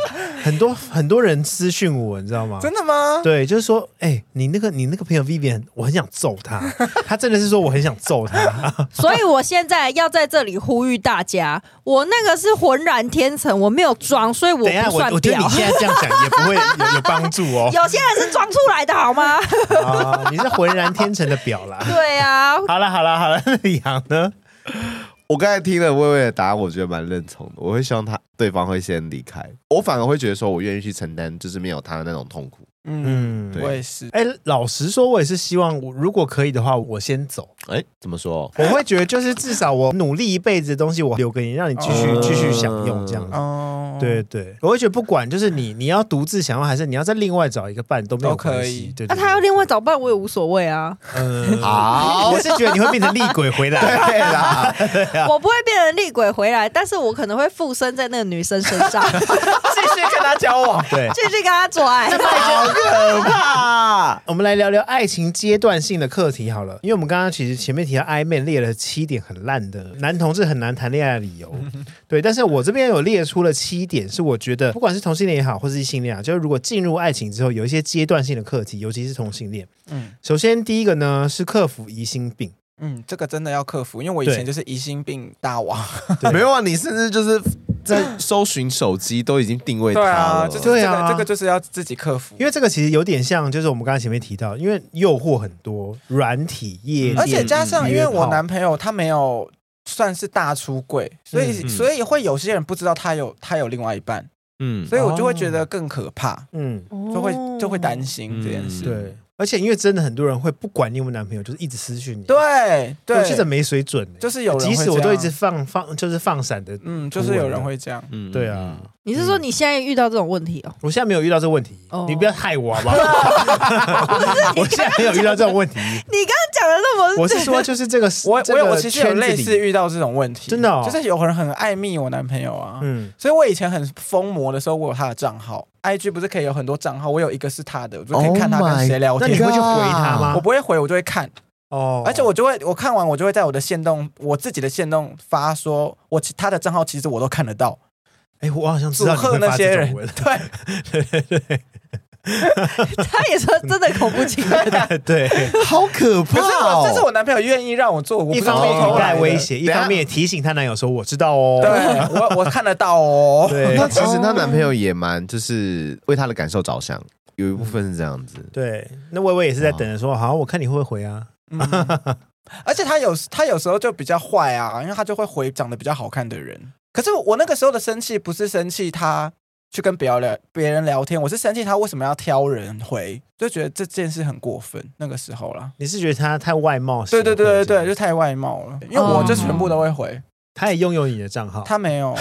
A: 很多很多人私讯我，你知道吗？
B: 真的吗？
A: 对，就是说，哎、你那个你那个朋友 Vivian，我很想揍 他，他真的是说我很想揍他，啊
C: 所以我现在要在这里呼吁大家，我那个是浑然天成，我我没有装，所以我
A: 等一下，
C: 不
A: 我
C: 算
A: 我觉得
C: 屌。
A: 你。现在这样讲也不会有有帮助哦
C: 有些人是装出来的好吗？
A: 啊，你是浑然天成的表啦。
C: 对啊，
A: 好了好了好了，那李阳呢？
E: 我刚才听了薇薇的答案，我觉得蛮认同的。我会希望他对方会先离开，我反而会觉得说我愿意去承担，就是没有他的那种痛苦。
B: 嗯，
A: 嗯，
E: 对
B: 我也是。
A: 哎，老实说，我也是希望，我如果可以的话，我先走。
E: 哎，怎么说？
A: 我会觉得，就是至少我努力一辈子的东西，我留给你，让你继续
B: 哦
A: 继续享用这样子。
B: 哦，
A: 对对，我会觉得不管就是你你要独自享用，还是你要再另外找一个伴都没有
B: 都可
A: 关
B: 以
A: 系。对，
C: 那
A: 对
C: 啊他要另外找伴，我也无所 谓啊，
A: 嗯，
E: 好
A: 我是觉得你会变成厉鬼回 来。
E: 对啦，
C: 我不会变成厉鬼回来，但是我可能会附身在那个女生身 上，
B: 继续跟他交往。
A: 对，
C: 继续跟她做 爱。
E: 好可怕！
A: 我们来聊聊爱情阶段性的课题好了，因为我们刚刚其实前面提到暧昧列了七点很烂的男同志很难谈恋爱的理 由，对，但是我这边有列出了七点，是我觉得不管是同性恋也好，或是异性恋啊，就是如果进入爱情之后，有一些阶段性的课题，尤其是同性恋。
B: 嗯
A: 首先第一个呢是克服疑心病，
B: 嗯，这个真的要克服，因为我以
A: 对
B: 前就是疑心病大王。
A: 对
E: 没有啊，你甚至就是在搜寻手机都已经定位他
B: 对啊，
E: 了，
B: 就是
A: 对
B: 这
A: 啊
B: 个这个就是要自己克服
A: 因。为这个其实有点像，就是我们刚才前面提到，因为诱惑很多，软体夜店，
B: 而且加上，因为我
A: 约炮
B: 男朋友他没有算是大出柜，所以
E: 嗯嗯
B: 所以会有些人不知道他有他有另外一半，
E: 嗯，
B: 所以我就会觉得更可怕，
A: 嗯，
B: 就会就会
E: 哦
B: 担
C: 哦
B: 心这件事。
E: 嗯
A: 对，而且因为真的很多人会不管你有没有男朋友，就是一直私讯你，
B: 对
A: 我记得
B: 对，
A: 没水准欸、
B: 就是有人
A: 即
B: 哦会
A: 使我
B: 这
A: 都一
B: 样
A: 直放放，就是放闪的。
B: 嗯，就是有人会这样。
E: 嗯
A: 对啊，
C: 你是说你现在遇到这种问题哦？
A: 我现在没有遇到这个问题，
C: 哦
A: 你不要害我好不 好？我现在没有遇到这种问题，
C: 你刚刚讲的那么
A: 我是说就是这个，
B: 我
A: 这
B: 我有
A: 个
B: 我其实有
A: 圈子
B: 类
A: 里
B: 似，遇到这种问题，
A: 真的哦
B: 就是有人很爱蜜我男朋友啊，
A: 嗯，
B: 所以我以前很疯魔的时候，我有他的账号，IG 不是可以有很多账号，我有一个是他的，我就可以看他
E: Oh my
B: 跟谁聊
A: 哦那
B: 天。
A: 你会去回他吗？
B: 我不会回，我就会看，
A: 哦，
B: 而且我就会，我看完我就会在我的线动，我自己的线动发说，我其他的账号其实我都看得到，
A: 哎，我好像知
B: 祝
A: 道你
B: 贺
A: 会
B: 那
A: 发
B: 些
A: 这种
B: 人，
A: 文，
B: 对，
C: 他也说真的恐怖 情人，
A: 对，
E: 好可
B: 可
E: 怕
B: 是
E: 哦！
B: 我这是我男朋友愿意让我做，我不
A: 一
B: 是
A: 方
B: 偷
A: 面
B: 偷
A: 掩盖
B: 来的啊
A: 威，胁，一
E: 等一下
A: 方面也提醒她男友说我知道哦，
B: 对我我看得到哦，
A: 对
E: 那其实她男朋友也蛮就是为她的感受着想，有一部分是这样子。
A: 对，那薇薇也是在等着说，好，我看你会不会回啊？
B: 嗯而且他有他有时候就比较坏啊，因为他就会回长得比较好看的人。可是我那个时候的生气不是生气他去跟别人聊别人聊天，我是生气他为什么要挑人回，就觉得这件事很过分。那个时候啦，
A: 你是觉得他太外貌协
B: 对
A: 会这
B: 对
A: 样？
B: 对对对，就太外貌了，因为我就全部
A: 哦
B: 都会回，
A: 他也拥有你的账号，
B: 他 没有，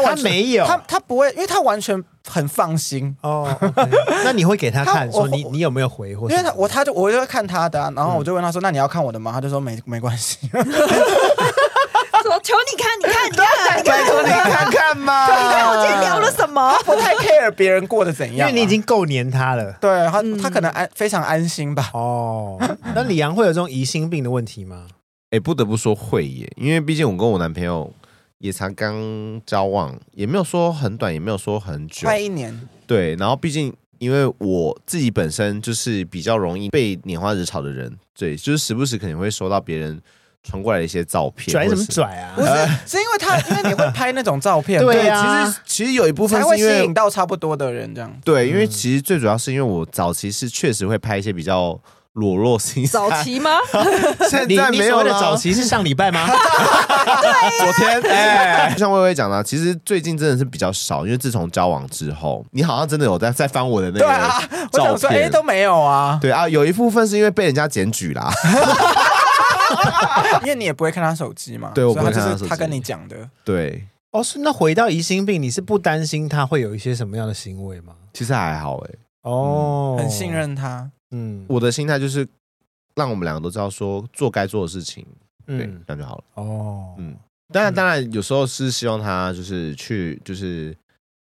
A: 他
B: 完全
A: 没有，
B: 他他不会，因为他完全很放心。
A: 哦，OK 那你会给他看，
B: 他
A: 说
B: 我
A: 你你有没有回或
B: 因
A: 什么？
B: 为他我他就我就会看他的啊、然后我就问他说：“那你要看我的吗？”他就说没没关 系，
C: 说求你看，你看，你看，你看，
E: 拜托你看 看嘛！
C: 你看我今
A: 啊
C: 天 聊了什么？
B: 不太 care 别人过得怎
A: 因
B: 样啊、
A: 为你已经够黏他了。
B: 对他，
C: 嗯
B: 他可能安非常安心吧。
A: 哦， 那李阳会有这种疑心病的问题吗？
E: 哎，不得不说会耶，因为毕竟我跟我男朋友也才刚交往，也没有说很短，也没有说很久
B: 快。一年，
E: 对，然后毕竟因为我自己本身就是比较容易被拈花惹草的人，对，就是时不时可能会收到别人传过来的一些照片，
A: 拽
E: 或
A: 什
E: 者
A: 么
E: 是？
A: 拽
B: 不是
A: 啊？，
B: 是因为他，因为你会拍那种 照片，
A: 对
E: 对，
A: 啊
E: 其实其实有一部分
B: 才会
E: 是
B: 吸
E: 因为
B: 引到差不多的人这样。
E: 对，因为
A: 嗯
E: 其实最主要是因为我早期是确实会拍一些比较裸露型，
A: 啊
C: 早，期吗？
E: 现
A: 你
E: 在
A: 你
E: 没
A: 所
E: 有
A: 谓的
E: 啦
A: 早。 期是上礼拜吗？
E: 昨天，哎， 就像薇薇讲的啊，其实最近真的是比较少，因为自从交往之后，你好像真的有在在翻我的那
B: 对啊
E: 个，
B: 我
E: 照
B: 想说，哎，
E: 片。
B: 都没有啊，
E: 对啊，有一部分是因为被人家检举啦，
B: 因为你也不会看他手机嘛。
E: 对我
B: 所以
E: 不会看他
B: 就
E: 手
B: 是
E: 机
B: 他跟你讲的，
E: 对，
A: 哦，是那回到疑心病，你是不担心他会有一些什么样的行为吗？
E: 其实还好哎、
A: 哦，
B: 很信，任他。
A: 嗯，
E: 我的心态就是让我们两个都知道说做该做的事情，对，
A: 嗯，
E: 这样就好了。
A: 哦，
E: 嗯，当然，
A: 嗯
E: 当然有时候是希望他就是去就是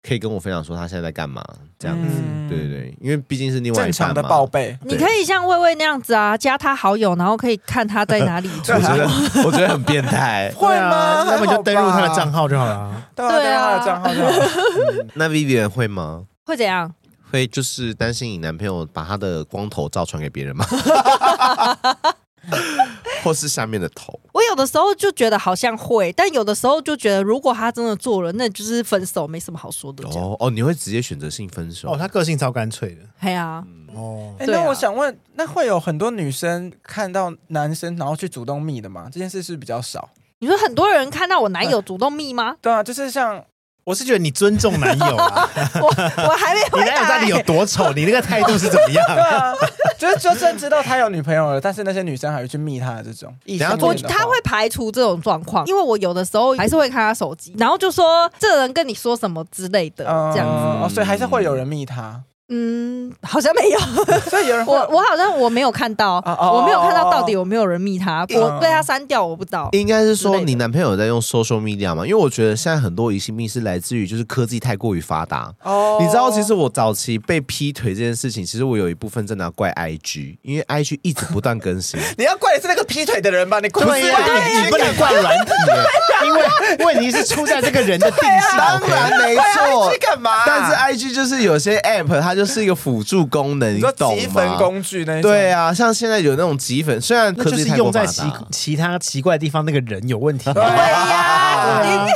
E: 可以跟我分享说他现在在干嘛这样子，
A: 嗯
E: 对对，对，因为毕竟是另外
B: 正
E: 一半
B: 常的
E: 嘛
B: 报备。
C: 你可以像魏魏那样子啊，加他好友，然后可以看他在哪里。
E: 我觉得我觉得很变态。
B: 会吗？
A: 啊那么就登入他的账
B: 号，
A: 号就好了啊。
B: 对啊，
C: 对
B: 登入
C: 啊
B: 他的账号就 好。
E: 那 Vivian 会吗？
C: 会怎样？
E: 会就是担心你男朋友把他的光头照传给别人吗？ 或是下面的头。
C: 我有的时候就觉得好像会，但有的时候就觉得，如果他真的做了，那就是分手，没什么好说的。这样，
E: 哦哦，你会直接选择性分手？嗯
A: 哦，他个性超干脆的
C: 哎呀，
A: 哦。
B: 哎、
C: 对啊
B: 那我想问，那会有很多女生看到男生然后去主动密的吗？这件事是不是比较少？
C: 你说很多人看到我男友主动密 吗？
B: 对啊，就是像
A: 我是觉得你尊重男友啊，
C: 我我还没
A: 你
C: 回
A: 男友
C: 答、
A: 到底有
C: 欸。
A: 多丑？你那个态度是怎么样？
B: 对啊， 就是就算知道他有女朋友了，但是那些女生还会去密他的这种异性
E: 等下
B: 恋的
E: 做
B: 话，
C: 我他会排除这种状况，因为我有的时候还是会看他手机，然后就说这人跟你说什么之类的，
B: 嗯
C: 这样子。
B: 哦，所以还是会有人密 他，
C: 嗯，好像 没有，
B: 所以有人会
C: 我我好像我没有看到，
B: 哦哦
C: 我没有看到到底有没有人密他，
B: 哦
C: 我被他删掉，我不知道。
E: 应该是说
C: 之类的
E: 你男朋友在用 social media 嘛？因为我觉得现在很多疑心病是来自于就是科技太过于发达。
B: 哦
E: 你知道，其实我早期被劈腿这件事情，其实我有一部分真的要怪 IG，因为 IG 一直不断更 新。
B: 你要怪的是那个劈腿的人吧？你怪
A: 不是，你你不能怪软体耶，因为问题是出在这个人的定性。
B: 啊
E: 当
A: OK
E: 然没错
B: 去，干嘛？
E: 但是 IG 就是有些 app 它就是一个辅助功能，
B: 你
E: 你
B: 说
E: 懂
B: 积分
E: 吗？
B: 工具那一种
E: 对，啊，像现在有那种集粉，虽然
A: 那
E: 科
A: 就
E: 技
A: 是
E: 太过
A: 用
E: 发
A: 在
E: 达
A: 其，其他奇怪的地方，那个人有问题。
B: 对啊，
A: 啊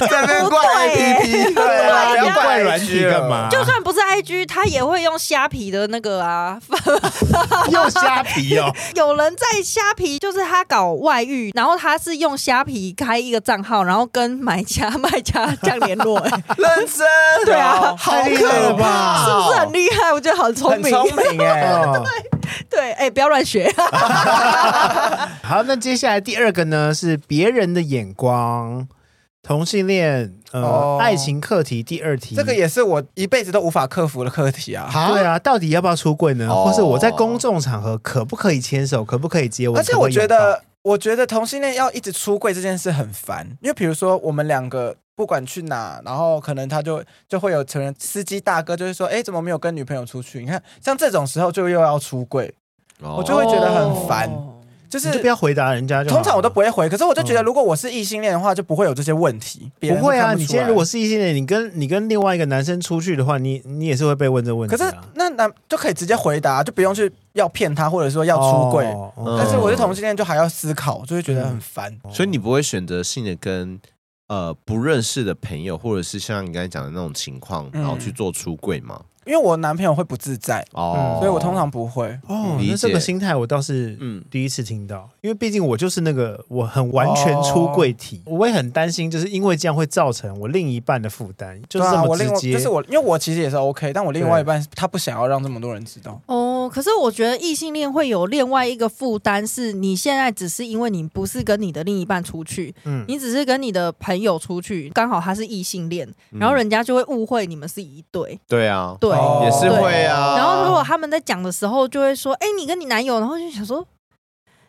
E: 在那边怪
C: 不对
E: APP，对啊，
A: 你
E: 不要
A: 怪
E: 怪
A: 软体干嘛？
C: 就算不是 IG，他也会用虾皮的那个啊。
A: 用虾皮哦，
C: 有人在虾皮，就是他搞外遇，然后他是用虾皮开一个账号，然后跟买家、 卖家这样联 络、欸，
B: 认真，
C: 对啊
A: 太厉害了吧？
C: 是不是很厉害？我觉得好聪
B: 哦很
C: 明。
B: 聪明 哎。
A: 哦
C: 对，哎、不要乱学。
A: 好，那接下来第二个呢是别人的眼光，同性恋呃、
B: 哦
A: 爱情课题第二题，
B: 这个也是我一辈子都无法克服的课题啊！
E: 啊
A: 对啊，到底要不要出柜呢？
E: 哦
A: 或是我在公众场合可不可以牵手，可不可以接吻？
B: 而且
A: 可不
B: 我
A: 可以
B: 觉
A: 拥抱
B: 得，我觉得同性恋要一直出柜这件事很烦，因为比如说我们两个不管去哪，然后可能他就就会有成人司机大哥就是说，哎，怎么没有跟女朋友出去？你看，像这种时候就又要出柜，
E: 啊
B: 我就会觉得很烦就
A: 你
B: 是
A: 就不要回答人家就好
B: 通
A: 了，嗯
B: 常我都不会回，可是我就觉得如果我是异性恋的话，就不会有这些问题。别人
A: 不会啊。
B: 看
A: 你
B: 出
A: 今天
B: 来
A: 如果是异性恋，你跟你跟另外一个男生出去的话，你你也是会被问这问题、
B: 可
A: 啊。
B: 是那男就可以直接回答，就不用去要骗他，或者说要出柜。
A: 哦哦
E: 嗯
B: 但是我是同性恋，就还要思考，就会觉得很烦。
A: 嗯
E: 哦所以你不会选择性的跟呃不认识的朋友，或者是像你刚才讲的那种情况，
B: 嗯
E: 然后去做出柜嘛？
B: 因为我男朋友会不自在，
E: 哦，
B: 所以我通常不会。
A: 哦，
E: 理
A: 那这
E: 解
A: 个心态我倒是
E: 嗯
A: 第一次听到，因为毕竟我就是那个我很完
B: 哦
A: 全出柜体，我也很担心，就是因为这样会造成我另一半的负担，就是这
B: 对啊，
A: 么
B: 我
A: 直
B: 另外
A: 接。
B: 就是我，因为我其实也是 OK，但我另外一半他不想要让这么多人知道。
C: 哦，可是我觉得异性恋会有另外一个负担，是你现在只是因为你不是跟你的另一半出去，
A: 嗯
C: 你只是跟你的朋友出去，刚好他是异性恋，然后人家就会误会你们是一对。
E: 对啊，
B: 嗯
C: 对，
B: 哦
E: 也是会啊。
C: 然后如果他们在讲的时候，就会说：“哎、你跟你男友。”然后就想说。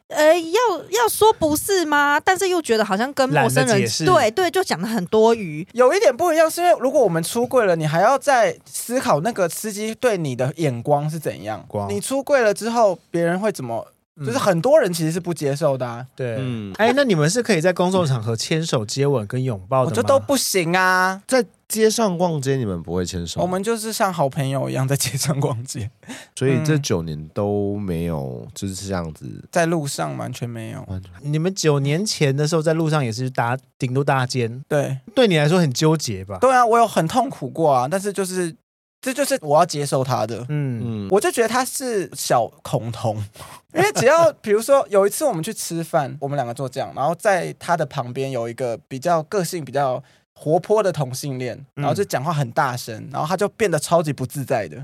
C: 呃，要要说不是吗？但是又觉得好像跟陌生
A: 懒得
C: 人
A: 解释
C: 对对，就讲的很多余。
B: 有一点不一样，是因为如果我们出柜了，你还要再思考那个司机对你的眼光是怎样
A: 光。
B: 你出柜了之后，别人会怎么？
A: 嗯
B: 就是很多人其实是不接受的、啊，
A: 对，
E: 嗯
A: 哎，那你们是可以在公众场合牵手、接吻跟拥抱的
B: 我
A: 吗？
B: 觉得都不行啊。
E: 在街上逛街，你们不会牵手，
B: 我们就是像好朋友一样在街上逛街，
E: 所以
B: 嗯
E: 这九年都没有就是这样子。
B: 在路上完全没有。
E: 完全
A: 你们九年前的时候在路上也是搭顶多搭肩，
B: 对
A: 对你来说很纠结吧？
B: 对啊，我有很痛苦过啊，但是就是这就是我要接受他的。
A: 嗯，
E: 嗯，
B: 我就觉得他是小恐同， 因为只要比如说有一次我们去吃饭，我们两个坐这样，然后在他的旁边有一个比较个性比较活泼的同性恋，然
A: 嗯
B: 后就讲话很大声，然后他就变得超级不自在的，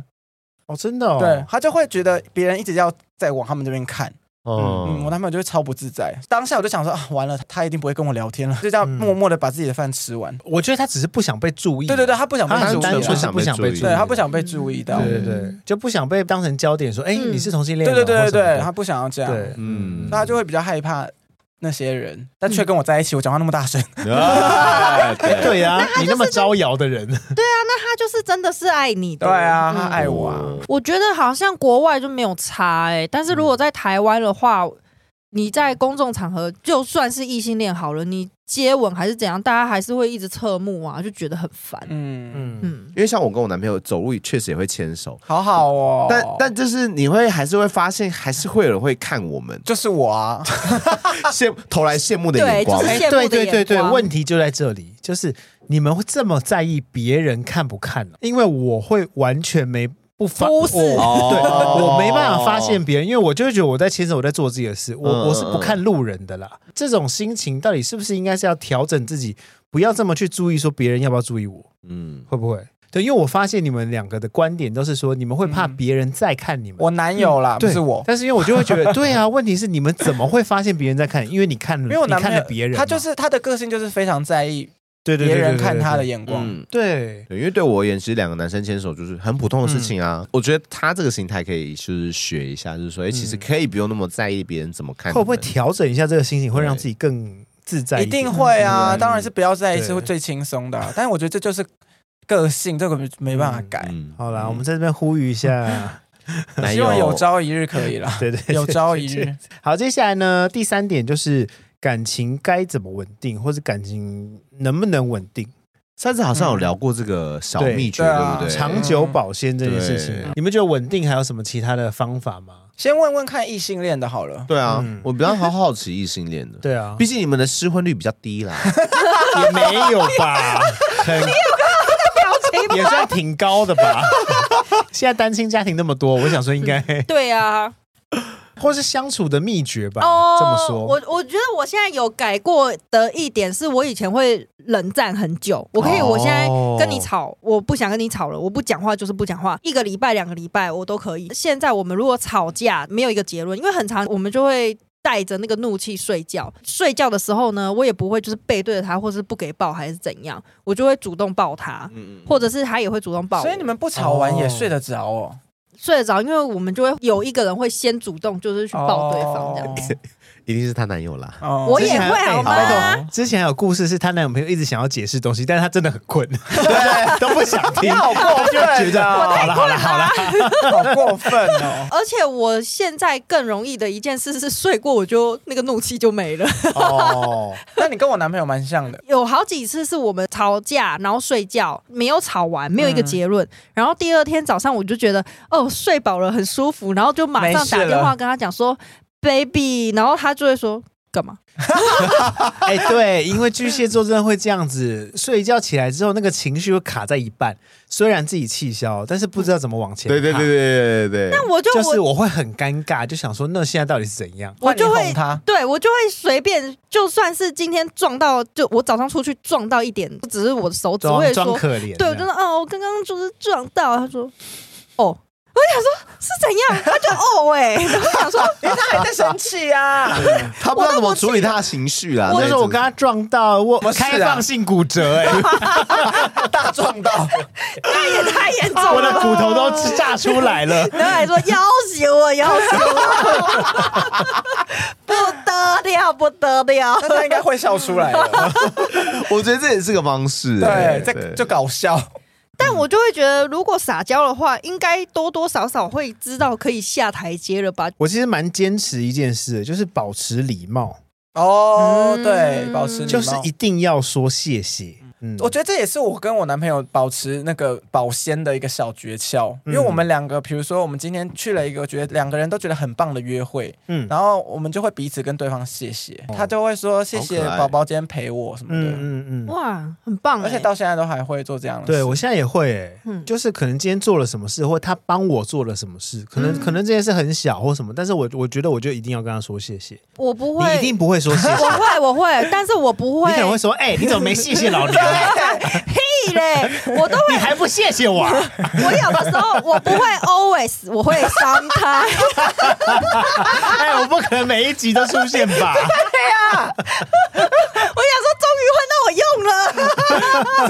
A: 哦，真的哦，
B: 对，他就会觉得别人一直要在往他们这边看，嗯，我
E: 哦，
B: 男朋友就会超不自在。当下我就想说啊，完了，他一定不会跟我聊天了，就这样
A: 嗯
B: 默默的把自己的饭吃完。
A: 我觉得他只是不想被注意，
B: 对对对，，他不想被
A: 他很
B: 注
A: 单
B: 意
A: 纯
B: 到，
A: 是不嗯想被注意，
B: 对他不想被注意到，
A: 对对对，就不想被当成焦点，说哎、
C: 嗯
A: 你是同性恋
B: 对
A: 哦，
B: 对对对
A: 或什么
B: 对，
A: 的
B: 他不想要这样。
A: 对，
E: 嗯
B: 所以他就会比较害怕那些人，但却跟我在一起，我讲话那么大声，
E: 哎 对，
A: 对呀、你那么招摇的人，
C: 他就是真的是爱你的，
B: 对啊，他爱我啊，
E: 哦
C: 我觉得好像国外就没有差哎、但是如果在台湾的话，你在公众场合就算是异性恋好了，你接吻还是怎样，大家还是会一直侧目啊，就觉得很烦。
B: 嗯，
A: 嗯，
C: 嗯，
E: 因为像我跟我男朋友走路确实也会牵手，
B: 好好哦。
E: 但但就是你会还是会发现，还是会有人会看 我们
B: 就是我啊，
E: 羡投来羡慕的眼光
C: 对。就是羡慕的
A: 哎对对对对，
C: 眼光
A: 问题就在这里，就是你们会这么在意别人看不看呢、因为我会完全没不发
C: 忽视
A: 我
E: 哦
A: 对我没办法发现别人，因为我就会觉得我在牵手，我在做自己的事，我、
E: 嗯
A: 我是不看路人的啦。这种心情到底是不是应该是要调整自己，不要这么去注意说别人要不要注意我，
E: 嗯，
A: 会不会？对，因为我发现你们两个的观点都是说你们会怕
B: 嗯
A: 别人在看你们。
B: 我男友啦，不
A: 对，
B: 是我。
A: 但是因为我就会觉得，对啊，问题是你们怎么会发现别人在看？因为你看了，
B: 因为我
A: 你
B: 男
A: 看
B: 朋
A: 了
B: 友
A: 别人嘛，
B: 他就是他的个性就是非常在意
A: 对对对
B: 别人看他的
A: 眼
B: 眼光，
E: 嗯
A: 对，
E: 对，因为对我而言，其实两个男生牵手就是很普通的事情啊。我觉得他这个心态可以就是学一下，就是说，哎、其实可以不用那么在意别人怎么看你
A: 会
E: 们。
A: 不会调整一下这个心情，会让
E: 对
A: 自己更自在
B: 一
A: 点
B: 定会啊，
E: 嗯
B: 当然是不要在意是
A: 对
B: 最轻松的啊、但是我觉得这就是个性，这个没没办法改。
E: 嗯，
A: 好啦，
B: 嗯
A: 我们在这边呼吁一下，
E: 男
B: 希
E: 友
B: 望有朝一日可以啦，
A: 对对对
B: 有朝一日。
A: 好，接下来呢，第三点就是感情该怎么稳定，或者感情能不能稳定，
E: 上次好像有聊过这个小
A: 对
E: 秘诀，
B: 对
E: 嗯对
B: 啊
E: 不对？
A: 长久保鲜这件事
E: 对
A: 情，你们觉得稳定还有什么其他的方法吗？
B: 先问问看异性恋的好了，
E: 对啊，
A: 嗯
E: 我比较好好奇异性 恋的，
A: 对啊，
E: 毕竟你们的失婚率比较低 啦。
A: 也没有吧，很也算挺高的吧。 现在单亲家庭那么多，我想说应该，
C: 对啊，
A: 或是相处的秘诀吧。
C: 哦，
A: 这么说，
C: 我我觉得我现在有改过的一点是，我以前会冷战很久，我可以，
E: 哦
C: 我现在跟你吵，我不想跟你吵了，我不讲话就是不讲话，一个礼拜、两个礼拜我都可以。现在我们如果吵架没有一个结论，因为很长，我们就会。带着那个怒气睡觉，睡觉的时候呢，我也不会就是背对着他，或是不给抱，还是怎样，我就会主动抱他，
E: 嗯
C: 或者是他也会主动抱我。
B: 所以你们不吵完
A: 哦
B: 也睡得着哦。
C: 睡得着，因为我们就会有一个人会先主动，就是去抱对方这样子。
E: 一定是她男友啦。
B: 哦
C: 我
A: 之
C: 也
A: 前还
C: 会好吗
A: 哎拜托之前还有故事是她男朋友一直想要解释东西，但是她真的很困， 都不想 听，
B: 好过
A: 觉
B: 分
A: 得
B: 哦！
A: 好了好了好了，
B: 好过分哦！
C: 而且我现在更容易的一件事是，睡过我就那个怒气就没了。
A: 哦，
B: 那你跟我男朋友蛮像的，
C: 有好几次是我们吵架，然后睡觉没有吵完，没有一个结论，然后第二天早上我就觉得哦睡饱了很舒服，然后就马上
B: 没事
C: 打
B: 了
C: 电话跟他讲说 baby，然后他就会说干嘛？
A: 哎对，因为巨蟹座真的会这样子，睡一觉起来之后那个情绪会卡在一半，虽然自己气消，但是不知道怎么往前。
E: 对对对。对对对对
C: 但我就
A: 就是
C: 我
A: 我会很尴尬，就想说那现在到底是怎样？
C: 我就
B: 换你哄
C: 会
B: 他。
C: 对我就会随便，就算是今天撞到，就我早上出去撞到一点，只是我的手指我
A: 装
C: 也
A: 装
C: 说，
A: 可怜这样，
C: 对，我就说哦，我刚刚就是撞到，他说哦。我想说，是怎样？他就哦哎、然后我想说，
B: 因为他还在生气啊，
E: 他不知道怎么处理他的情绪啦。
A: 我
E: 啊那
A: 就说
E: 一阵
A: 我
E: 子
A: 跟他撞到，我
B: 不是啊
A: 开放性骨折、 欸，
B: 大撞到，
C: 那也太严重了，
A: 哦我的骨头都炸出来了。
C: 然后还说要挟我，要挟我， 不得了，不得了
B: 那。他应该会笑出来的。
E: 我觉得这也是个方式。哎
B: 对，这就搞笑。
C: 但我就会觉得，如果撒娇的话，应该多多少少会知道可以下台阶了吧？
A: 我其实蛮坚持一件事，就是保持礼貌，
B: 哦，
C: 嗯
B: 对，保持礼貌
A: 就是一定要说谢谢。嗯，
C: 哦
B: 我觉得这也是我跟我男朋友保持那个保鲜的一个小诀窍，因为我们两个，比如说我们今天去了一个觉得两个人都觉得很棒的约会，
A: 嗯
B: 然后我们就会彼此跟对方谢谢，他就会说谢谢
E: 好可爱
B: 宝宝今天陪我什么的，
A: 嗯嗯嗯，
C: 哇，很棒、欸！
B: 而且到现在都还会做这样的事。
A: 对我现在也会、欸，
C: 嗯
A: 就是可能今天做了什么事，或他帮我做了什么事，可
C: 嗯
A: 能、可能这件事很小或什么，但是我我觉得我就一定要跟他说谢谢。
C: 我不
A: 你
C: 会，
A: 一定不会说谢谢
C: 我， 会，我会，但是我不
A: 你
C: 会
A: 可 能会说，哎、你怎么没谢谢老娘？哎
C: 屁嘞，我都
A: 你还不谢谢我啊、
C: 我有的时候我不会 always，我会 sometimes。
A: 哎，我不可能每一集都出现吧？
C: 我想说，终于换到我用 了。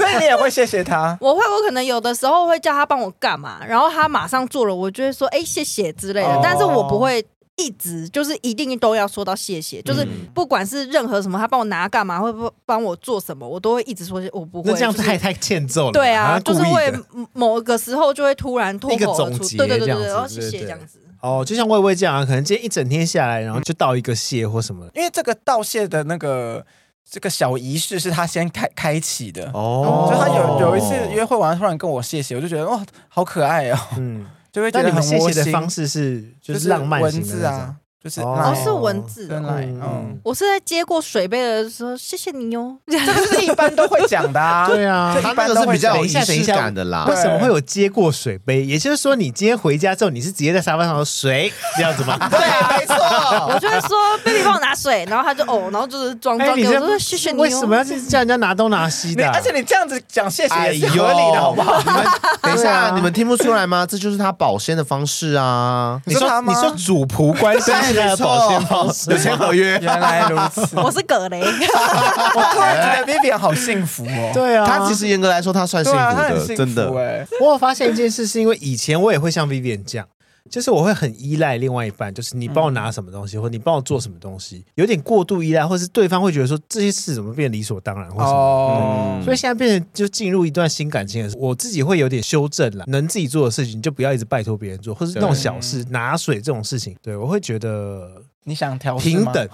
B: 所以你也会谢谢他
C: 。我会，我可能有的时候会叫他帮我干嘛，然后他马上做了，我就会说哎、谢谢之类的，
B: 哦
C: 但是我不会。一直就是一定都要说到谢
A: 嗯
C: 谢，就是不管是任何什么，他帮我拿干嘛，会不帮我做什么，我都会一直说我 不会。
A: 那这样
C: 就是
A: 太太欠揍了吧，
C: 对
A: 好
C: 啊，
A: 像故
C: 就
A: 意
C: 是
A: 的
C: 会某个时候就会突然脱
A: 一个
C: 口而
A: 总
C: 出，
A: 结
C: 对对对对
A: 这样子
C: 对，然后谢
A: 对
C: 谢
A: 对
C: 这样子。
A: 哦，就像薇薇这样啊，可能今天一整天下来，然后就道一个谢或什么的。
B: 因为这个道谢的那个这个小仪式是他先开开启的。
E: 哦
B: 就他有有一次约会完，突然跟我谢谢，我就觉得哇，好可爱哦，
A: 嗯，
B: 就会觉
A: 那
B: 得
A: 你
B: 很
A: 们谢
B: 窝
A: 谢的
B: 心。
A: 方式是
B: 就
A: 就是浪漫
B: 文
A: 型的
B: 字
A: 那
B: 啊，就是
A: 哦
C: 哦，
B: 赖
C: 是文字
B: 真
C: 哦。
B: 赖，
A: 嗯
B: 嗯，
C: 我是在接过水杯的时候，谢谢你哦 哟。
B: 这个是一般都会讲的啊。
A: 种。 对啊
B: 就，
E: 他那个是比较有仪
A: 等一
E: 式
A: 下
E: 感的啦
A: 为。什么会有接过水杯？也就是说，你今天回家之后，你是直接在沙发上说水这样子 吗？
B: 对啊，没错。
A: 哦
C: 我就会说，baby 帮我拿水，然后他就哦，然后就是装
A: 哎，
C: 装
A: 你哦
C: 给我，
A: 这
C: 我说谢谢你哦哟。
A: 为什么要去叫人家拿东拿西
B: 你
A: 的啊？
B: 而且你这样子讲谢谢
E: 哎
B: 也
E: 呦，
B: 是合理的，好 不好？
E: 你们等一
A: 对
E: 下，
A: 啊
E: 你们听不出来吗？这就是他保鲜的方式啊。
A: 你
B: 你说他
A: 说
B: 吗
A: 你说主仆关系
E: 对
A: 的保鲜方式
E: 有签合约。
B: 原来如此，
C: 我是葛 雷，
B: 我突然觉得 Vivian 好幸福哦。
A: 对啊，
E: 他其实严格来说，他算
B: 对
E: 幸
B: 啊，
E: 福
B: 他很
E: 的，
B: 幸
E: 真
B: 福
E: 的。
B: 哎。
A: 我有发现一件事，是因为以前我也会像 Vivian 这样，就是我会很依赖另外一半，就是你帮我拿什么东西，或你帮我做什么东西，有点过度依赖，或是对方会觉得说这些事怎么变理所当然，或什么。
B: 哦
E: 嗯，
A: 所以现在变成就进入一段新感情的时候，我自己会有点修正了。能自己做的事情就不要一直拜托别人做，或是那种小事拿水这种事情，对我会觉得
B: 你想调试
A: 平
B: 哦吗
A: 等。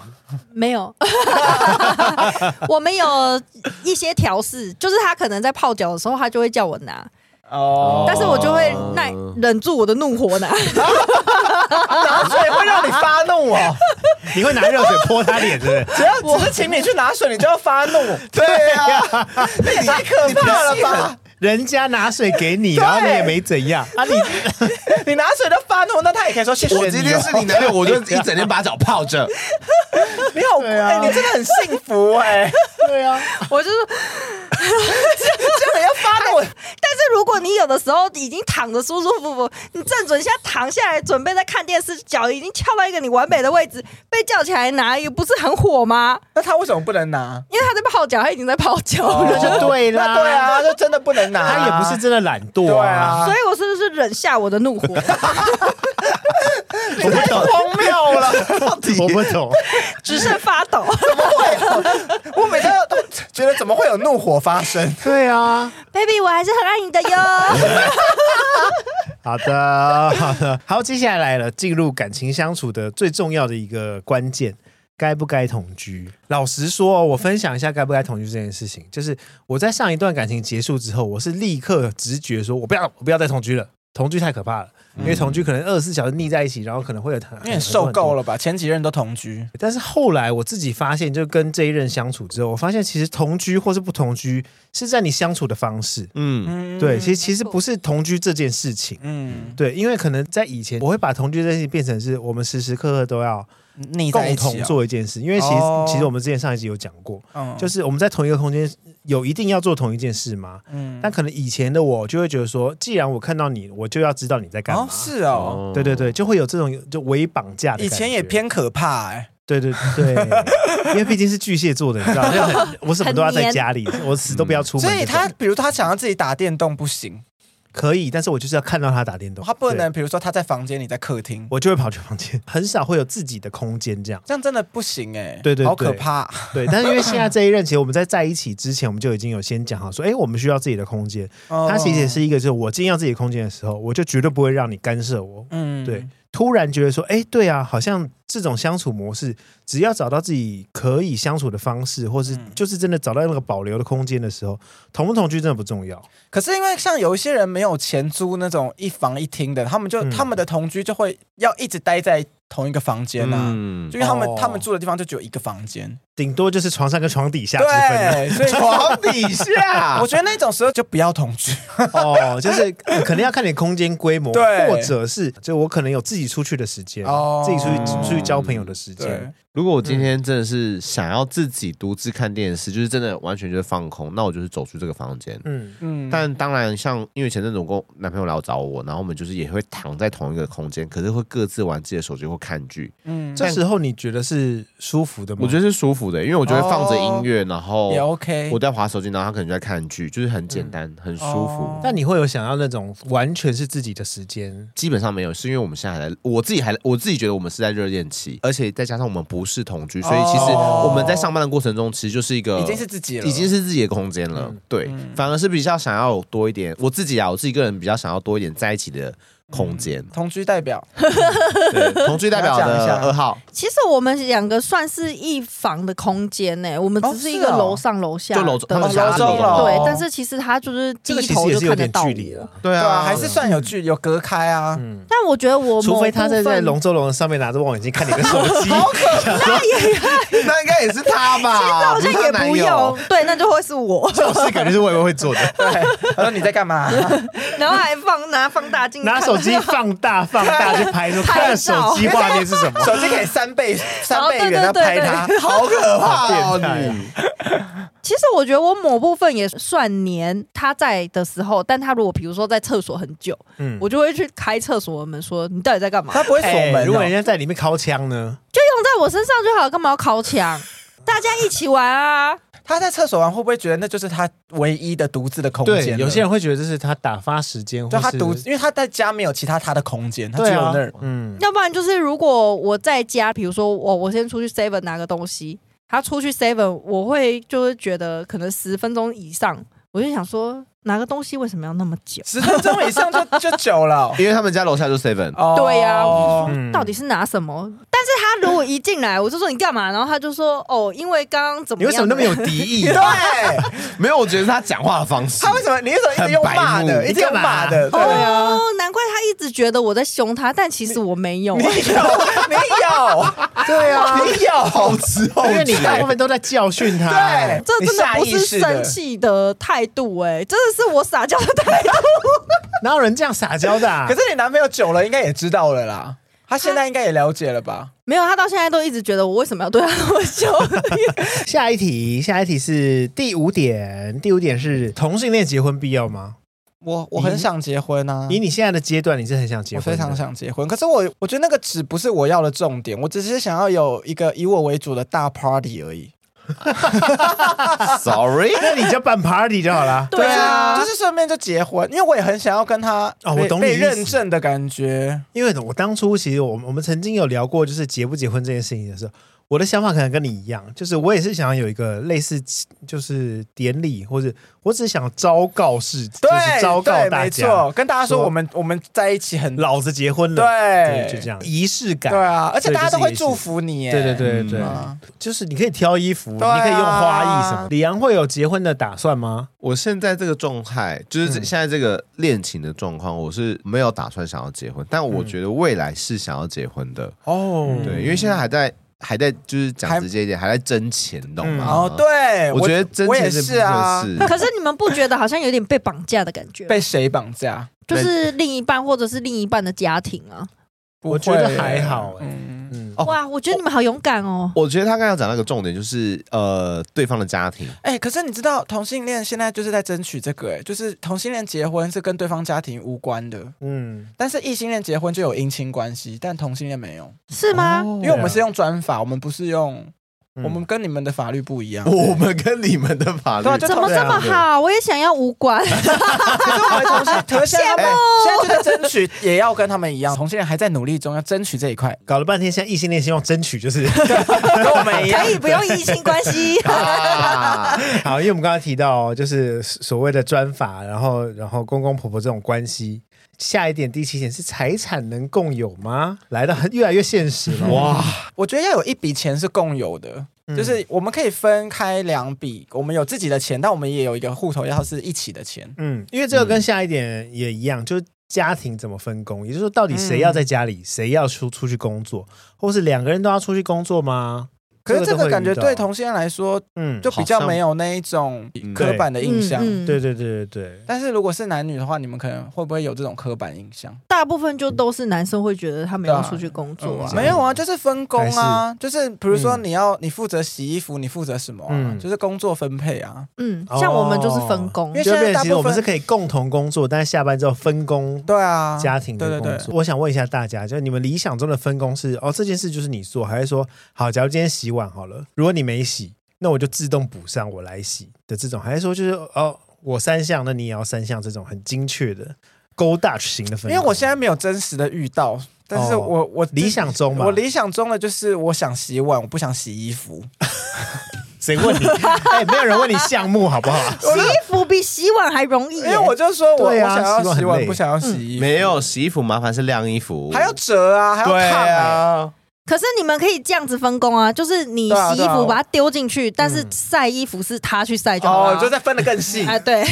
C: 没有， 我们有一些调试，就是他可能在泡脚的时候，他就会叫我拿，
B: 哦，
C: 但是我就会耐忍住我的怒火 拿。
B: 拿水会让你发怒哦。
A: 你会拿热水泼他脸，对不对？
B: 只要只是请你去拿水，你就要发怒。 对呀、 你太可怕了吧！
A: 人家拿水给你，然后你也没怎样啊，你
B: 你拿水都发怒，那他也可以说谢谢你哦。
E: 我今天是你男友，我就一整天把脚泡着。
B: 你好，哎、你真的很幸福哎、
A: 对啊，
C: 我就是，
B: 这样要发怒，
C: 但是如果你有的时候已经躺着舒舒服服，你正准下躺下来准备在看电视，脚已经翘到一个你完美的位置，被叫起来拿，也不是很火吗？
B: 那他为什么不能拿？
C: 因为他在泡脚，他已经在泡脚了。
A: 那就对啦
B: 哦那对啊，就真的不能拿、
A: 他也不是真的懒惰
B: 对啊
C: 所以我是不是忍下我的怒火？
A: 我不
B: 太
A: 懂，
B: 荒谬 了。
A: 我不懂，
C: 只剩发抖。
B: 我每次都觉得怎么会有怒火发生？
A: 对啊，
C: Baby，我还是很爱你的哟。
A: 好的，好的，好，接下来了，进入感情相处的最重要的一个关键。该不该同居？老实说哦，我分享一下该不该同居这件事情。就是我在上一段感情结束之后，我是立刻直觉说，我不要，我不要再同居了。同居太可怕了，因为同居可能二十四小时腻在一起，然后可能会有很
B: 你很受够。
A: 很多很多
B: 了吧？前几任都同居，
A: 但是后来我自己发现，就跟这一任相处之后，我发现其实同居或是不同居，是在你相处的方式。
E: 嗯，
B: 嗯，
A: 对，其实其实
C: 没错
A: 不是同居这件事情。
B: 嗯，
A: 对，因为可能在以前，我会把同居这件事情变成是我们时时刻刻都要
B: 腻在一
A: 共
B: 起、
A: 同
B: 哦，
A: 做一件事。因为其实、
B: 哦
A: 其实我们之前上一集有讲过，
B: 嗯
A: 就是我们在同一个空间有一定要做同一件事吗？
B: 嗯
A: 但可能以前的我就会觉得说，既然我看到你，我就要知道你在干嘛。
B: 哦，是哦，
A: 对对对，就会有这种就围绑架的。
B: 以前也，偏可怕哎、
A: 对对 对，因为毕竟是巨蟹座的，你知道，就很 我什么都要
C: 很
A: 在
C: 黏
A: 家里，我死都不要出门这
B: 啊
A: 种。
B: 所以他，比如他想要自己打电动不行，
A: 可以，但是我就是要看到他打电动，
B: 他不
A: 对
B: 能，比如说他在房间，你在客厅，
A: 我就会跑去房间，很少会有自己的空间这样。
B: 这样真的不行哎，
A: 对对对
B: 好可怕。
A: 对，但是因为现在这一任，其实我们在在一起之前，我们就已经有先讲好说，哎，我们需要自己的空间。
B: 哦
A: 他其实也是一个，就是我今天要自己的空间的时候，我就绝对不会让你干涉我。
B: 嗯
A: 对，突然觉得说，哎，对啊，好像这种相处模式，只要找到自己可以相处的方式，或是
B: 嗯
A: 就是真的找到那个保留的空间的时候，同不同居真的不重要。
B: 可是因为像有一些人没有钱租那种一房一厅的，他们就、
A: 嗯
B: 他们的同居就会要一直待在同一个房间啊。
E: 嗯
B: 就因为他们、
A: 哦
B: 他们住的地方就只有一个房间，
A: 顶多就是床上跟床底下之分啊
B: 对，所以
E: 床底下
B: 我觉得那种时候就不要同居，
A: 哦，就是可能要看你空间规模，
B: 对
A: 或者是就我可能有自己出去的时间，
B: 哦
A: 自己出去出去交朋友的时间
B: 对。，
E: 如果我今天真的是想要自己独自看电视，就是真的完全就是放空，那我就是走出这个房间。
A: 嗯，
B: 嗯，
E: 但当然，像因为前阵子我跟我男朋友来找我，然后我们就是也会躺在同一个空间，可是会各自玩自己的手机或看剧。
B: 嗯
A: 这时候你觉得是舒服的吗？
E: 我觉
A: 得
E: 得是舒服的，因为我就会放着音乐，然后
B: 哦也 OK，
E: 我在划手机，然后他可能就在看剧，就是很简单，很舒服
B: 哦。
A: 但你会有想要那种完全是自己的时间，
E: 基本上没有，是因为我们现在还在，我自己还我自己觉得我们是在热恋期，而且再加上我们不是同居，所以其实
B: 哦
E: 我们在上班的过程中，其实就是一个
B: 已经是自己了，嗯
E: 已经是自己的空间了，对，反而是比较想要有多一点，我自己啊，我自己个人比较想要多一点在一起的空间。
B: 同居代表，
E: 对，同居代表
B: 你要讲一
E: 的
B: 下
E: 二号
C: 其实我们两个算是一房的空间呢、我们
B: 哦
C: 只是一
B: 是
C: 个
B: 哦
C: 楼上楼下
E: 就
C: 的，
E: 楼他们
B: 是楼
E: 家
B: 中楼
C: 对，但是其实他就是低
A: 这个其实
C: 头
A: 也
C: 就是
A: 有
C: 看得
A: 点
C: 到
A: 距
C: 我。
A: 离了。
E: 对
B: 对
E: 啊
B: 啊，，还是算有距有隔开啊。
A: 嗯，
C: 但我觉得我
A: 除非他在在
C: 楼
A: 龙，舟楼的上面拿着望远镜看你的手 机，
E: 那应该也是他吧？
C: 好像也
E: 是她男
C: 不
E: 友
C: 用，对，那就会是我，
E: 这种事感觉是我也会做的。
B: 对，他说你在干 嘛？
C: 然后还放拿放大镜，
A: 拿手机放大放大去拍，说看手机画面是什 么。
B: 手机可以三倍三倍
C: 哦对
B: 远的
C: 对
B: 拍
C: 对
B: 他，
E: 好可 怕
A: 好
E: 哦！
A: 变态啊
E: 你
C: 其实我觉得我某部分也算黏他在的时候，但他如果比如说在厕所很久，
A: 嗯，
C: 我就会去开厕所的门说你到底在干嘛？
B: 他不会锁
A: 哎
B: 门哦。
A: 如果人家在里面掏枪呢？
C: 就用在我身上就好，干嘛要靠墙？大家一起玩啊！
B: 他在厕所玩，会不会觉得那就是他唯一的独自的空
A: 对
B: 间，了？
A: 有些人会觉得这是他打发时间，
B: 就他
A: 或是
B: 独，因为他在家没有其他他的空间，他只
A: 对
B: 有
A: 啊
B: 那儿。，
A: 嗯，
C: 要不然就是如果我在家，比如说我我先出去 seven 拿个东西，他出去 seven，我会就是觉得可能十分钟以上，我就想说拿个东西为什么要那么久？
B: 啊十分钟以上就就久 了
E: 因为他们家楼下就 seven，
B: 哦。
C: 对呀
B: 哦
A: 嗯
C: 到底是拿什么？但是他如果一进来，我就说你干嘛？然后他就说哦，因为刚刚怎么
A: 你
C: 样？
A: 为什么那么有敌意
B: 对，
A: 啊？
E: 没有，我觉得是他讲话的方式
B: 他。为什么你为什么一直用骂
E: 很白
B: 的，
E: 目
B: 一直用骂的？
A: 你
B: 对
A: 干嘛
B: 啊，
C: 哦，难怪他一直觉得我在凶他，但其实我没有。啊
B: 你有啊 你有
A: 啊对啊，
B: 你 有，啊
E: 之后
A: 因为你大部分都在教训他。
B: 对，
C: 这真的不
B: 哎你下意
C: 是
B: 识的
C: 生气的态度、哎，真的是我撒娇的态度。
A: 哪有人这样撒娇的啊？
B: 可是你男朋友久了，应该也知道了啦。啊他现在应该也了解了吧？
C: 没有，他到现在都一直觉得我为什么要对他那么凶？
A: 下一题，下一题是第五点，第五点是同性恋结婚必要吗？
B: 我我很想结婚啊，
A: 以你现在的阶段，你是很想结
B: 我
A: 婚？
B: 非常。想结婚，可是我我觉得那个只不是我要的重点，我只是想要有一个以我为主的大 party 而已。
E: sorry，
A: 那你就办 party 就好啦。
C: 对啊
B: 就是就是顺便就结婚，因为我也很想要跟他
A: 哦
B: 被
A: 我懂你
B: 被
A: 意思
B: 认证的感觉。
A: 因为我当初其实我们我们曾经有聊过，就是结不结婚这件事情的时候，我的想法可能跟你一样，就是我也是想要有一个类似就是典礼，或者我只想昭告世，就
B: 对，
A: 是昭告
B: 对
A: 大
B: 没
A: 家，
B: 错，跟大家说
A: 说
B: 我们我们在一起很
A: 老子结婚了，
B: 对
A: 对，就这样，仪式感，
B: 对啊，而且大家都
A: 所以
B: 会
A: 就是
B: 祝福你耶。
A: 对对对对，
B: 嗯
A: 就是你可以挑衣服，你
B: 对啊
A: 可以用花艺什么。李阳会有结婚的打算吗？
E: 我现在这个状态，就是这
A: 嗯
E: 现在这个恋情的状况，我是没有打算想要结婚，但我觉得未来是想要结婚的。
A: 哦
E: 对，因为现在还在还在，就是讲
B: 还
E: 直接一点，还在争钱，你懂吗？
A: 嗯
B: 哦，，对，
E: 我觉得争
B: 我
E: 钱
B: 也
E: 这部
B: 是
E: 分
B: 啊，
E: 是
C: 可是你们不觉得好像有点被绑架的感觉吗？
B: 被谁绑架？
C: 就是另一半或者是另一半的家庭啊。
B: 不
A: 我觉
B: 会
A: 得
B: 耶
A: 还好哎
B: 嗯，
A: 嗯，
E: 哦
C: 哇，我觉得你们好勇敢哦。
E: 我觉得他刚刚讲那个重点就是呃，对方的家庭，
B: 哎、可是你知道同性恋现在就是在争取这个、哎，就是同性恋结婚是跟对方家庭无关的，
A: 嗯，
B: 但是异性恋结婚就有姻亲关系，但同性恋没有，
C: 是吗？
A: 哦
B: 因为我们是用专法，我们不是用，
A: 嗯
B: 我们跟你们的法律不一 样。
E: 我们跟你们的法律。
B: 对啊，就
C: 怎么
B: 同
C: 这么
A: 对啊对
C: 好？我也想要无关。
B: 可是我们同 性，可是现在他们现在就在争取，也要跟他们一样，同性恋还在努力中要争取这一块，
A: 搞了半天，现在异性恋希望争取就是
B: 跟我们一样
C: 可。以不用异性关系
E: 啊，
A: 好，因为我们刚刚提到就是所谓的专法，然后然后公公婆婆这种关系。下一点第七点是财产能共有吗？来的很越来越现实了哇！
B: 我觉得要有一笔钱是共有的，
A: 嗯
B: 就是我们可以分开两笔，我们有自己的钱，但我们也有一个户头要是一起的钱。
A: 嗯，因为这个跟下一点也一样，就是家庭怎么分工，也就是说到底谁
B: 嗯
A: 要在家里，谁要出出去工作，或是两个人都要出去工作吗？
B: 可是这
A: 都会
B: 个感觉
A: 遇到
B: 对同性恋来说，
A: 嗯，
B: 就比较没有那一种
E: 嗯
B: 刻板的印象。
C: 嗯嗯
A: 对对对对对，
B: 但是如果是男女的话，你们可能会不会有这种刻板印象？
C: 大部分就都是男生会觉得他们要出去工作啊
B: 嗯。没有啊，就是分工啊，就是比如说
A: 嗯
B: 你要你负责洗衣服，你负责什么、啊，
A: 嗯
B: 就是工作分配啊。
C: 嗯，
A: 哦
C: 像我们就是分工
B: 因为。
A: 就变
B: 现在大
A: 成其
B: 部
A: 实我们
B: 分
A: 是可以共同工作，但是下班之后分工
B: 对啊，
A: 家庭的
B: 对
A: 工作。
B: 对对。
A: 我想问一下大家，就是你们理想中的分工是哦，这件事就是你做，还是说好，假如今天洗碗好了，如果你没洗，那我就自动补上，我来洗的这种，还是说就是哦，我三项，那你也要三项这种很精确的 Go Dutch 型的分工？
B: 因为我现在没有真实的遇到，但是
A: 哦
B: 我、我
A: 理想中嘛，
B: 我理想中的就是我想洗碗，我不想洗衣服。
A: 谁问你？ 哎，没有人问你项目好不 好？
C: 洗衣服比洗碗还容易耶，
B: 因为我就说我、
A: 对啊
B: 我想要
A: 洗
B: 洗
A: 碗很
B: 碗，
A: 累
B: 不想要洗衣服，
E: 没有洗衣服麻烦是晾衣服，
B: 还要折啊，还要烫、
E: 嗯对
B: 欸、
E: 啊，
C: 可是你们可以这样子分工啊，就是你
B: 对啊
C: 洗衣
B: 对啊
C: 服把它丢进去，但是晒衣服是他去晒就好
B: 哦
C: 哎了，。
B: 就再分的更 细。
C: 哎，对，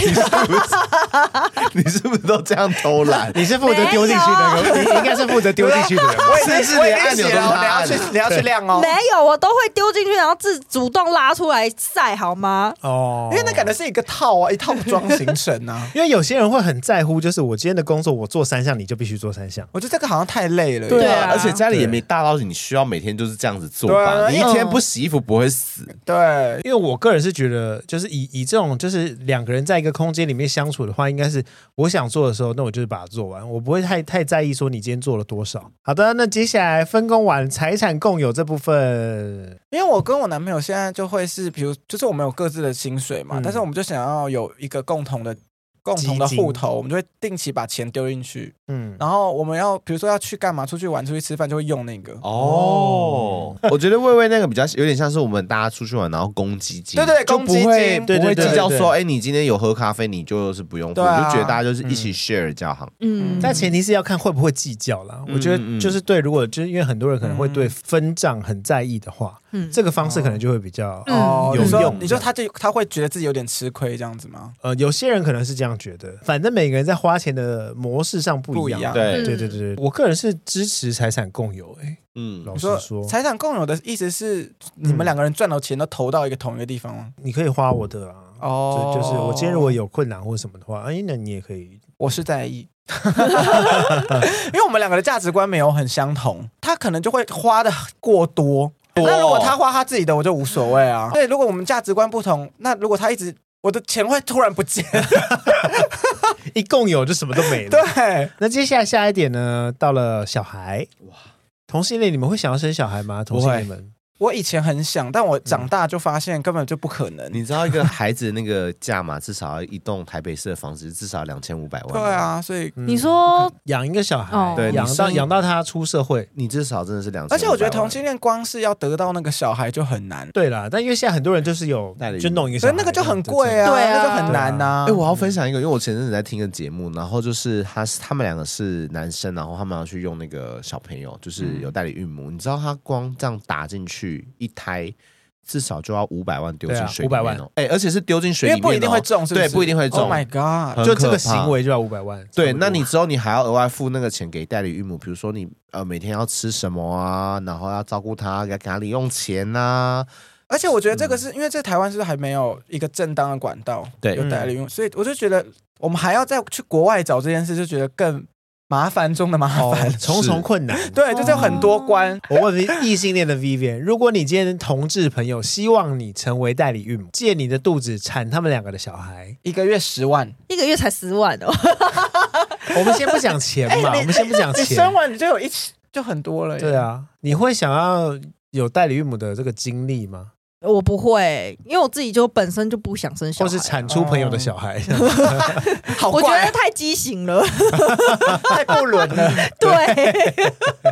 E: 你是不是都这样偷 懒？
A: 你是负责丢进去的人，你应该是负责丢进去的人吧。
B: 我
E: 甚至连按钮都是他
B: 你要
E: 按的
B: 去，你要去晾哦。
C: 没有，我都会丢进去，然后自主动拉出来晒，好吗？
A: 哦。
B: 因为那感觉是一个套啊，一 套装形成啊
A: 因为有些人会很在乎，就是我今天的工作，我做三项，你就必须做三项。
B: 我觉得这个好像太累了。
C: 对啊
E: 而且家里也没大到你需要每天就是这样子做
B: 对
E: 吧？
B: 啊
E: 你一天不洗衣服不会死，
B: 对，
A: 因为我个人是觉得，就是以以这种就是两个人在一个空间里面相处的话，应该是我想做的时候，那我就是把它做完，我不会太太在意说你今天做了多少。好的，那接下来分工完财产共有这部分，
B: 因为我跟我男朋友现在就会是，比如就是我们有各自的薪水嘛，
A: 嗯
B: 但是我们就想要有一个共同的。共同的户头，我们就会定期把钱丢进去，
A: 嗯，
B: 然后我们要比如说要去干嘛，出去玩、出去吃饭，就会用那个。
E: 哦，我觉得魏魏那个比较有点像是我们大家出去玩，然后公积金，
B: 对对
E: 就
B: 公
E: 不
B: 积金
E: 会
A: 对对
E: 不会
A: 对
E: 计较
A: 对对
E: 说，哎，你今天有喝咖啡，你就是不用付，
B: 对啊
E: 你就觉得大家就是一起 share 就好。
C: 嗯，
A: 但前提是要看会不会计较啦。
E: 嗯
A: 我觉得就是对，如果就是因为很多人可能会对
B: 嗯
A: 分账很在意的话，
C: 嗯
A: 这个方式可能就会比较、
C: 嗯
B: 哦，
A: 有
B: 你说
A: 用
B: 你说他就他会觉得自己有点吃亏这样子吗？
A: 呃，有些人可能是这样觉得，反正每个人在花钱的模式上不一样。
B: 不一样
E: 对，
A: 对对对对，我个人是支持财产共有、欸，
E: 嗯，
A: 老
B: 你
A: 实
B: 说嗯
A: 说，
B: 财产共有的意思是你们两个人赚到钱都投到一个同一个地方吗？
A: 你可以花我的啊。
B: 哦
A: 就就是我今天如果有困难或什么的话，哎，那你也可以。
B: 我是在意， 因为我们两个的价值观没有很相同，他可能就会花的过多。那如果他花他自己的，我就无所谓 啊。对，如果我们价值观不同，那如果他一直我的钱会突然不 见，
A: 一共有就什么都没了。
B: 对，
A: 那接下来下一点呢，到了小孩哇，同性恋你们会想要生小孩吗？同性恋们，
B: 我以前很想，但我长大就发现根本就不可能。
E: 你知道一个孩子那个价嘛，至少要一栋台北市的房子至少两千五百万。
B: 对，啊，所以
A: 嗯
C: 你说
A: 养一个小孩，
C: 哦对
E: 你
A: 养到
E: 上
A: 养到他出社会，
E: 你至少真的是两。
B: 而且我觉得同性恋光是要得到那个小孩就很难，
A: 对啦。但因为现在很多人就是有
E: 代理
A: 就弄一个小
B: 所
A: 孩
B: 以
A: 嘛，
B: 那个就很贵啊，
C: 对啊
B: 那就很难呐、
E: 哎、我要分享一个，因为我前阵子在听个节目，然后就是他是他们两个是男生，然后他们要去用那个小朋友，就是有代理孕母，你知道他光这样打进去一胎，至少就要五百万丢进
A: 对啊
E: 水里面、
A: 500
E: 哦，
A: 万
E: 哎、而且是丢进水
B: 因为
E: 里面、哦，
B: 不一定会中，是不是？
E: 对，不一定会中。
B: Oh my god！
E: 很
A: 就这
E: 可
A: 个
E: 怕
A: 行为就要五百万。
B: 啊
E: 对，
A: 差不多
E: 那你之后你还要额外付那个钱给代理孕母，比如说你呃每天要吃什么啊，然后要照顾他，给他给他零用钱啊呐、
B: 而且我觉得这个是、因为这台湾是不是还没有一个正当的管道
E: 对
B: 有代理用，所以我就觉得我们还要再去国外找这件事，就觉得更麻烦中的麻烦。
A: 重重困难。
B: 对，就是有很多关。
A: 我问异性恋的 Vivian，如果你今天同志朋友希望你成为代理孕母，借你的肚子产他们两个的小 孩，
B: 一个月十万，
C: 一个月才十万哦，
A: 我们先不讲钱嘛，我们先不讲
B: 哎你生
A: 钱。
B: 完你就有一起，就很多了。
A: 对，啊，你会想要有代理孕母的这个经历吗？
C: 我不会，因为我自己就本身就不想生小
A: 或
C: 孩，
A: 是产出朋友的小孩？
B: 哦好
C: 我觉
B: 怪
C: 得，太畸形了，
B: 太不伦了。
C: 对，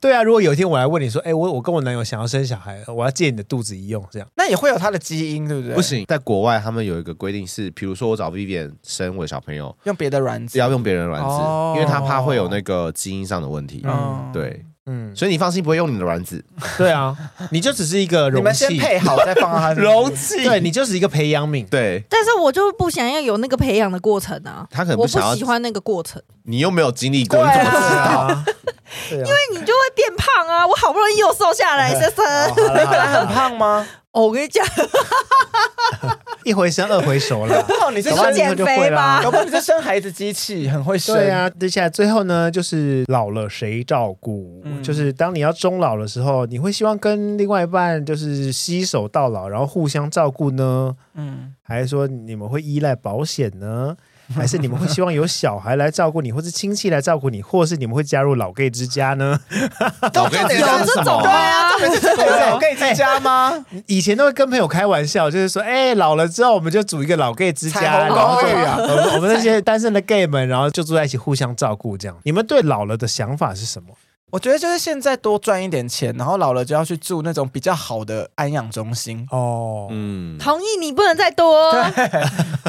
A: 对啊，如果有一天我来问你说，哎、我我跟我男友想要生小孩，我要借你的肚子一用，这样
B: 那也会有他的基因，对不对？
E: 不，行，在国外他们有一个规定是，比如说我找 Vivian 生我的小朋友，
B: 用别的卵子。
E: 要用别人的卵子，
B: 哦
E: 因为他怕会有那个基因上的问题。
B: 嗯，
E: 对，
A: 嗯，
E: 所以你放心，不会用你的卵子。
A: 对啊，你就只是一个
B: 你
A: 容
B: 们先
A: 器，
B: 配好再放到他
E: 器
A: 对你就只是一个培养皿。
E: 对
C: 但是我就不想要有那个培养的过程啊，
E: 他可能
C: 我
E: 不
C: 不
E: 想要
C: 喜欢那个过程，
E: 你又没有经历过，
B: 对
E: 你
B: 啊
E: 怎么知
A: 对
E: 道？
A: 啊，对啊，因为
C: 你就会变胖啊，我好不容易又瘦下来，先生，
A: 好
B: 你
A: 啦
B: 本
A: 好啦
B: 来啊很胖吗？
C: 哦，我跟你讲，
A: 一回生二回熟了。
B: 不好，哦你是
A: 搞不好
B: 生
A: 你以后就会
C: 减肥
A: 啦
C: 吧。
B: 搞不好你是生孩子机器，很会生。
A: 对啊，接下来最后呢，就是老了谁照顾？
B: 嗯
A: 就是当你要终老的时候，你会希望跟另外一半就是携手到老，然后互相照顾呢，
B: 嗯，
A: 还是说你们会依赖保险呢？还是你们会希望有小孩来照顾你，或是亲戚来照顾你，或是你们会加入老 gay 之家呢？
E: 我跟你
B: 有
E: 讲
C: 这
E: 什
C: 种
E: 么
C: 对
E: 啊？
C: 啊，
B: 我可以在家吗？
A: 以前都会跟朋友开玩笑，就是说，哎、老了之后我们就组一个老 gay 之家，
B: 彩虹
A: 然后
B: 公寓啊
A: 我们我们那些单身的 gay 们，然后就住在一起互相照顾，这样。你们对老了的想法是什么？。
B: 我觉得就是现在多赚一点钱，然后老了就要去住那种比较好的安养中心
A: 哦，
E: 嗯，
C: 同意你不能再多。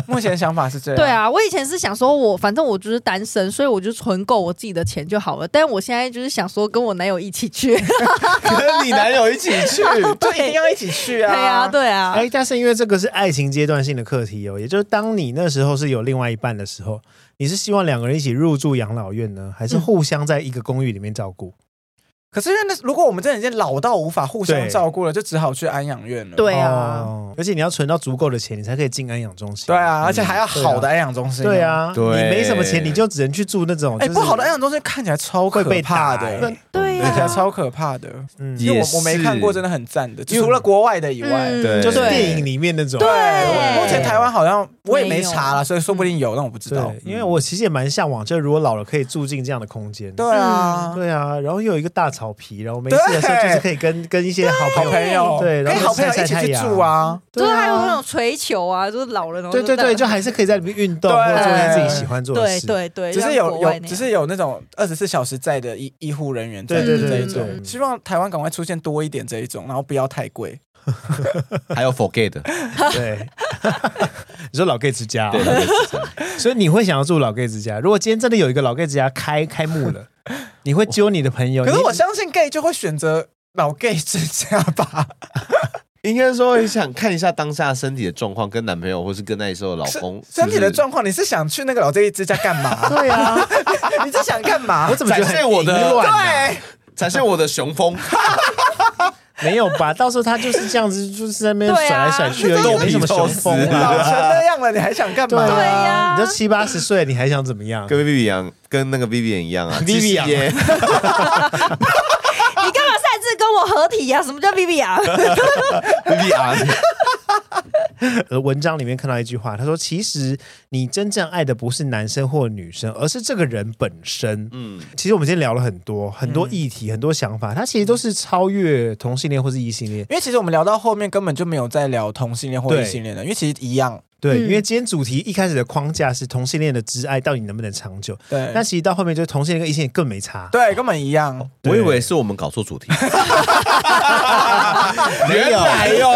B: 目前想法是这样。
C: 对，啊，我以前是想说我，反正我就是单身，所以我就存够我自己的钱就好了。但我现在就是想说，跟我男友一起去。
E: 可是你男友一起 去，
B: 就一定要一起去
C: 对
B: 啊！
C: 啊，对啊，
A: 哎，但是因为这个是爱情阶段性的课题哦，也就是当你那时候是有另外一半的时候，你是希望两个人一起入住养老院呢，
B: 嗯
A: 还是互相在一个公寓里面照顾？
B: 可是因为那如果我们真的已经老到无法互相
A: 对
B: 照顾了，就只好去安养院了。
C: 对啊，
A: 哦，而且你要存到足够的钱，你才可以进安养中心。
B: 对啊，而且还要好的安养中心。哦
A: 对，啊，
E: 对
A: 你没什么钱，你就只能去住那种，
B: 哎，
A: 就是
B: 不好的安养中心看起来超可
A: 会被
B: 怕
A: 打
B: 的，
A: 欸
B: 看
C: 对
B: 起来
C: 啊，
B: 超可怕的。
A: 嗯
E: 也
B: 因为我我没看过，
E: 是
B: 真的很赞的，除了国外的以外。
C: 嗯
E: 对
A: 就是
C: 对
A: 电影里面那种。
C: 对
B: 我目前台湾好像我也没查
C: 没
B: 了，
C: 有
B: 所以说不定有，但我不知道。
A: 对，因为我其实也蛮向往，就是如果老了可以住进这样的空间。
B: 对
C: 嗯
B: 啊，
A: 对啊，然后又有一个大草皮，然后没事的时候就是可以跟跟一些好
B: 好
A: 朋友。
B: 朋友
A: 对
B: 跟
A: 然后
B: 好朋友
A: 晒晒
B: 一起
A: 太
B: 去
A: 阳
B: 住啊。
C: 就是还有那
A: 啊
C: 种锤球啊，就是老人哦
A: 对对
C: 就在
A: 对，就还是可以在里面运动，
B: 对
A: 或者做一些自己喜欢做的
C: 对
A: 事。
C: 对对，
B: 只
C: 就是像
B: 有
C: 国外
B: 有，
C: 那样
B: 只是有那种二十四小时在的医医护人员在的
A: 对
C: 对
B: 这一
C: 对
B: 种，
C: 对
B: 希望台湾赶快出现多一点这一种，然后不要太贵。
E: 还有 forget，
A: 对， 你说老 gay 之家啊、
E: 对对对对
A: 所以你会想要住老 gay 之家。如果今天真的有一个老 gay 之家开开幕 了，你会揪你的朋友。
B: 可是
A: 你
B: 我相信 gay 就会选择老 gay 之家吧，
E: 应该说你想看一下当下身体的状况，跟男朋友或是跟那时候的老公
B: 是 身体的状
E: 况。
B: 况，你是想去那个老 gay 之家干嘛？
A: 对啊，
B: 你是想干嘛？
A: 我怎么觉得
E: 展
A: 很
E: 现我的
A: 淫乱啊、
B: 对，
E: 展现我的雄风，
A: 没有吧？到时候他就是这样子，就是在那边
C: 对
A: 甩
C: 啊
A: 来甩去而已，
E: 那
A: 没什么
E: 种
A: 雄风啊。
B: 老成那样了，你还想干
A: 对
B: 嘛？
A: 啊，
C: 对呀
A: 你都七八十岁，你还想怎么样？
E: 跟 Vivi 一样，跟那个 Vivian 一样啊
A: Vivian
E: 其实 也
C: 你干嘛擅自跟我合体呀、什么叫 B B 啊？
E: Vivian，
A: 呃，文章里面看到一句话，他说：“其实你真正爱的不是男生或女生，而是这个人本身。”
E: 嗯，
A: 其实我们今天聊了很多很多议题、很多想法，它其实都是超越同性恋或是异性恋。
B: 因为其实我们聊到后面根本就没有在聊同性恋或
A: 对
B: 异性恋的，因为其实一样。
A: 对，
C: 嗯
A: 因为今天主题一开始的框架是同性恋的挚爱到底能不能长久，
B: 对
A: 但其实到后面就是同性恋跟异性恋更没差。
B: 对，根本一样。
A: 对
E: 我以为是我们搞错主题，
A: 没有
B: 哎呦，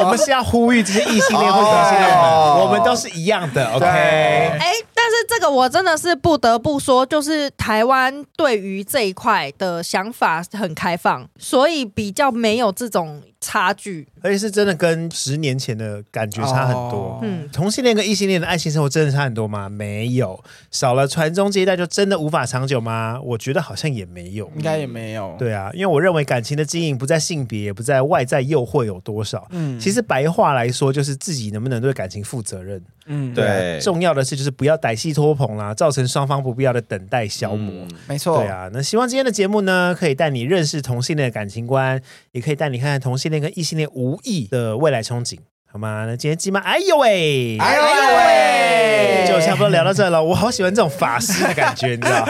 A: 我们是要呼吁这些异性恋或同性恋的，
E: 哦
A: 我们都是一样的。
B: 对
A: OK，
C: 哎、但是这个我真的是不得不说，就是台湾对于这一块的想法很开放，所以比较没有这种差距。
A: 而且是真的跟十年前的感觉差很多。
B: 哦
C: 嗯，
A: 同性恋跟异性恋的爱情生活真的差很多吗？没有，少了传宗接代就真的无法长久吗？我觉得好像也没有。
B: 应该也没有。
A: 对啊，因为我认为感情的经营不在性别，也不在外在诱惑有多少。
B: 嗯，
A: 其实白话来说，就是自己能不能对感情负责任。
B: 嗯，
E: 对
A: 啊重要的是就是不要歹戏拖棚啦、造成双方不必要的等待消磨。
E: 嗯
B: 没错。
A: 对啊，那希望今天的节目呢，可以带你认识同性恋的感情观，也可以带你看看同性恋跟异性恋无异的未来憧憬，好吗？那今天鸡妈，哎呦喂，
B: 哎呦喂，
A: 就差不多聊到这了。我好喜欢这种法师的感觉，你知 道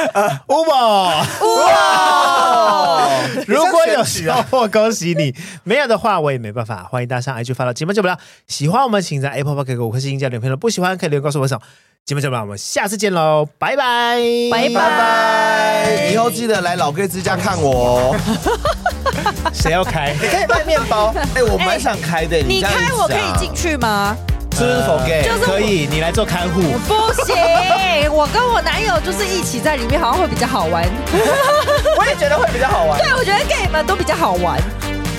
A: ？Uber，
B: 哇！
A: 如果有收获，恭喜你；没有的话，我也没办法。欢迎大家上 IG 发到节目就不了。喜欢我们，请在 Apple Park 给我五颗星加留言评论；不喜欢可以留言告诉我为什么。节目就不了，我们下次见喽，拜拜，
C: 拜
E: 拜拜，以后记得来老哥之家看我哦。
A: 谁要开？
E: 可以卖面包，哎，我蛮想开的，
C: 你
E: 这样一
C: 开
E: 直
C: 我可以
E: 啊
C: 进，去吗？
E: 是不是 forget？
C: 就是
A: 哎可以，你来做看护。
C: 不行，我跟我男友就是一起在里面，好像会比较好玩。
B: 我也觉得会比较好玩。
C: 对，我觉得 gay 们都比较好玩。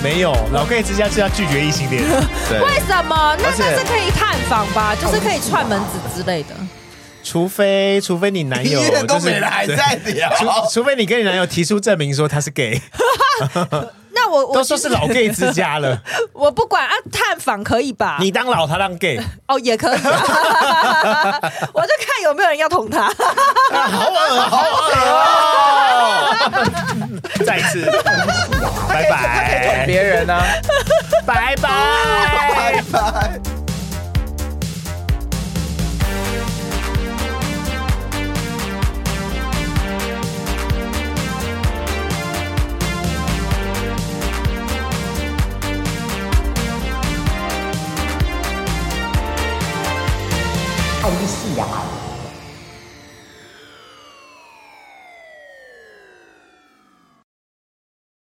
A: 没有，老 gay 之家是要拒绝异性恋。
E: 对
C: 为什么？那
E: 而且
C: 那是可以探访吧，就是可以串门子之类的。
A: 除非除非你男 友
E: 一
A: 就
E: 月
A: 是
E: 都没来，还在 聊。
A: 除除非你跟你男友提出证明说他是 gay，
C: 那我我
A: 都说是老 gay 之家了，
C: 我不管啊，探访可以吧？
A: 你当老他当 gay，
C: 哦也可以、啊， 我就看有没有人要捅他。
E: 好恶，好恶哦！
A: 再一次，拜拜，
B: 别人啊呢？
A: 拜拜。
E: 拜拜。
D: 爱丽丝呀。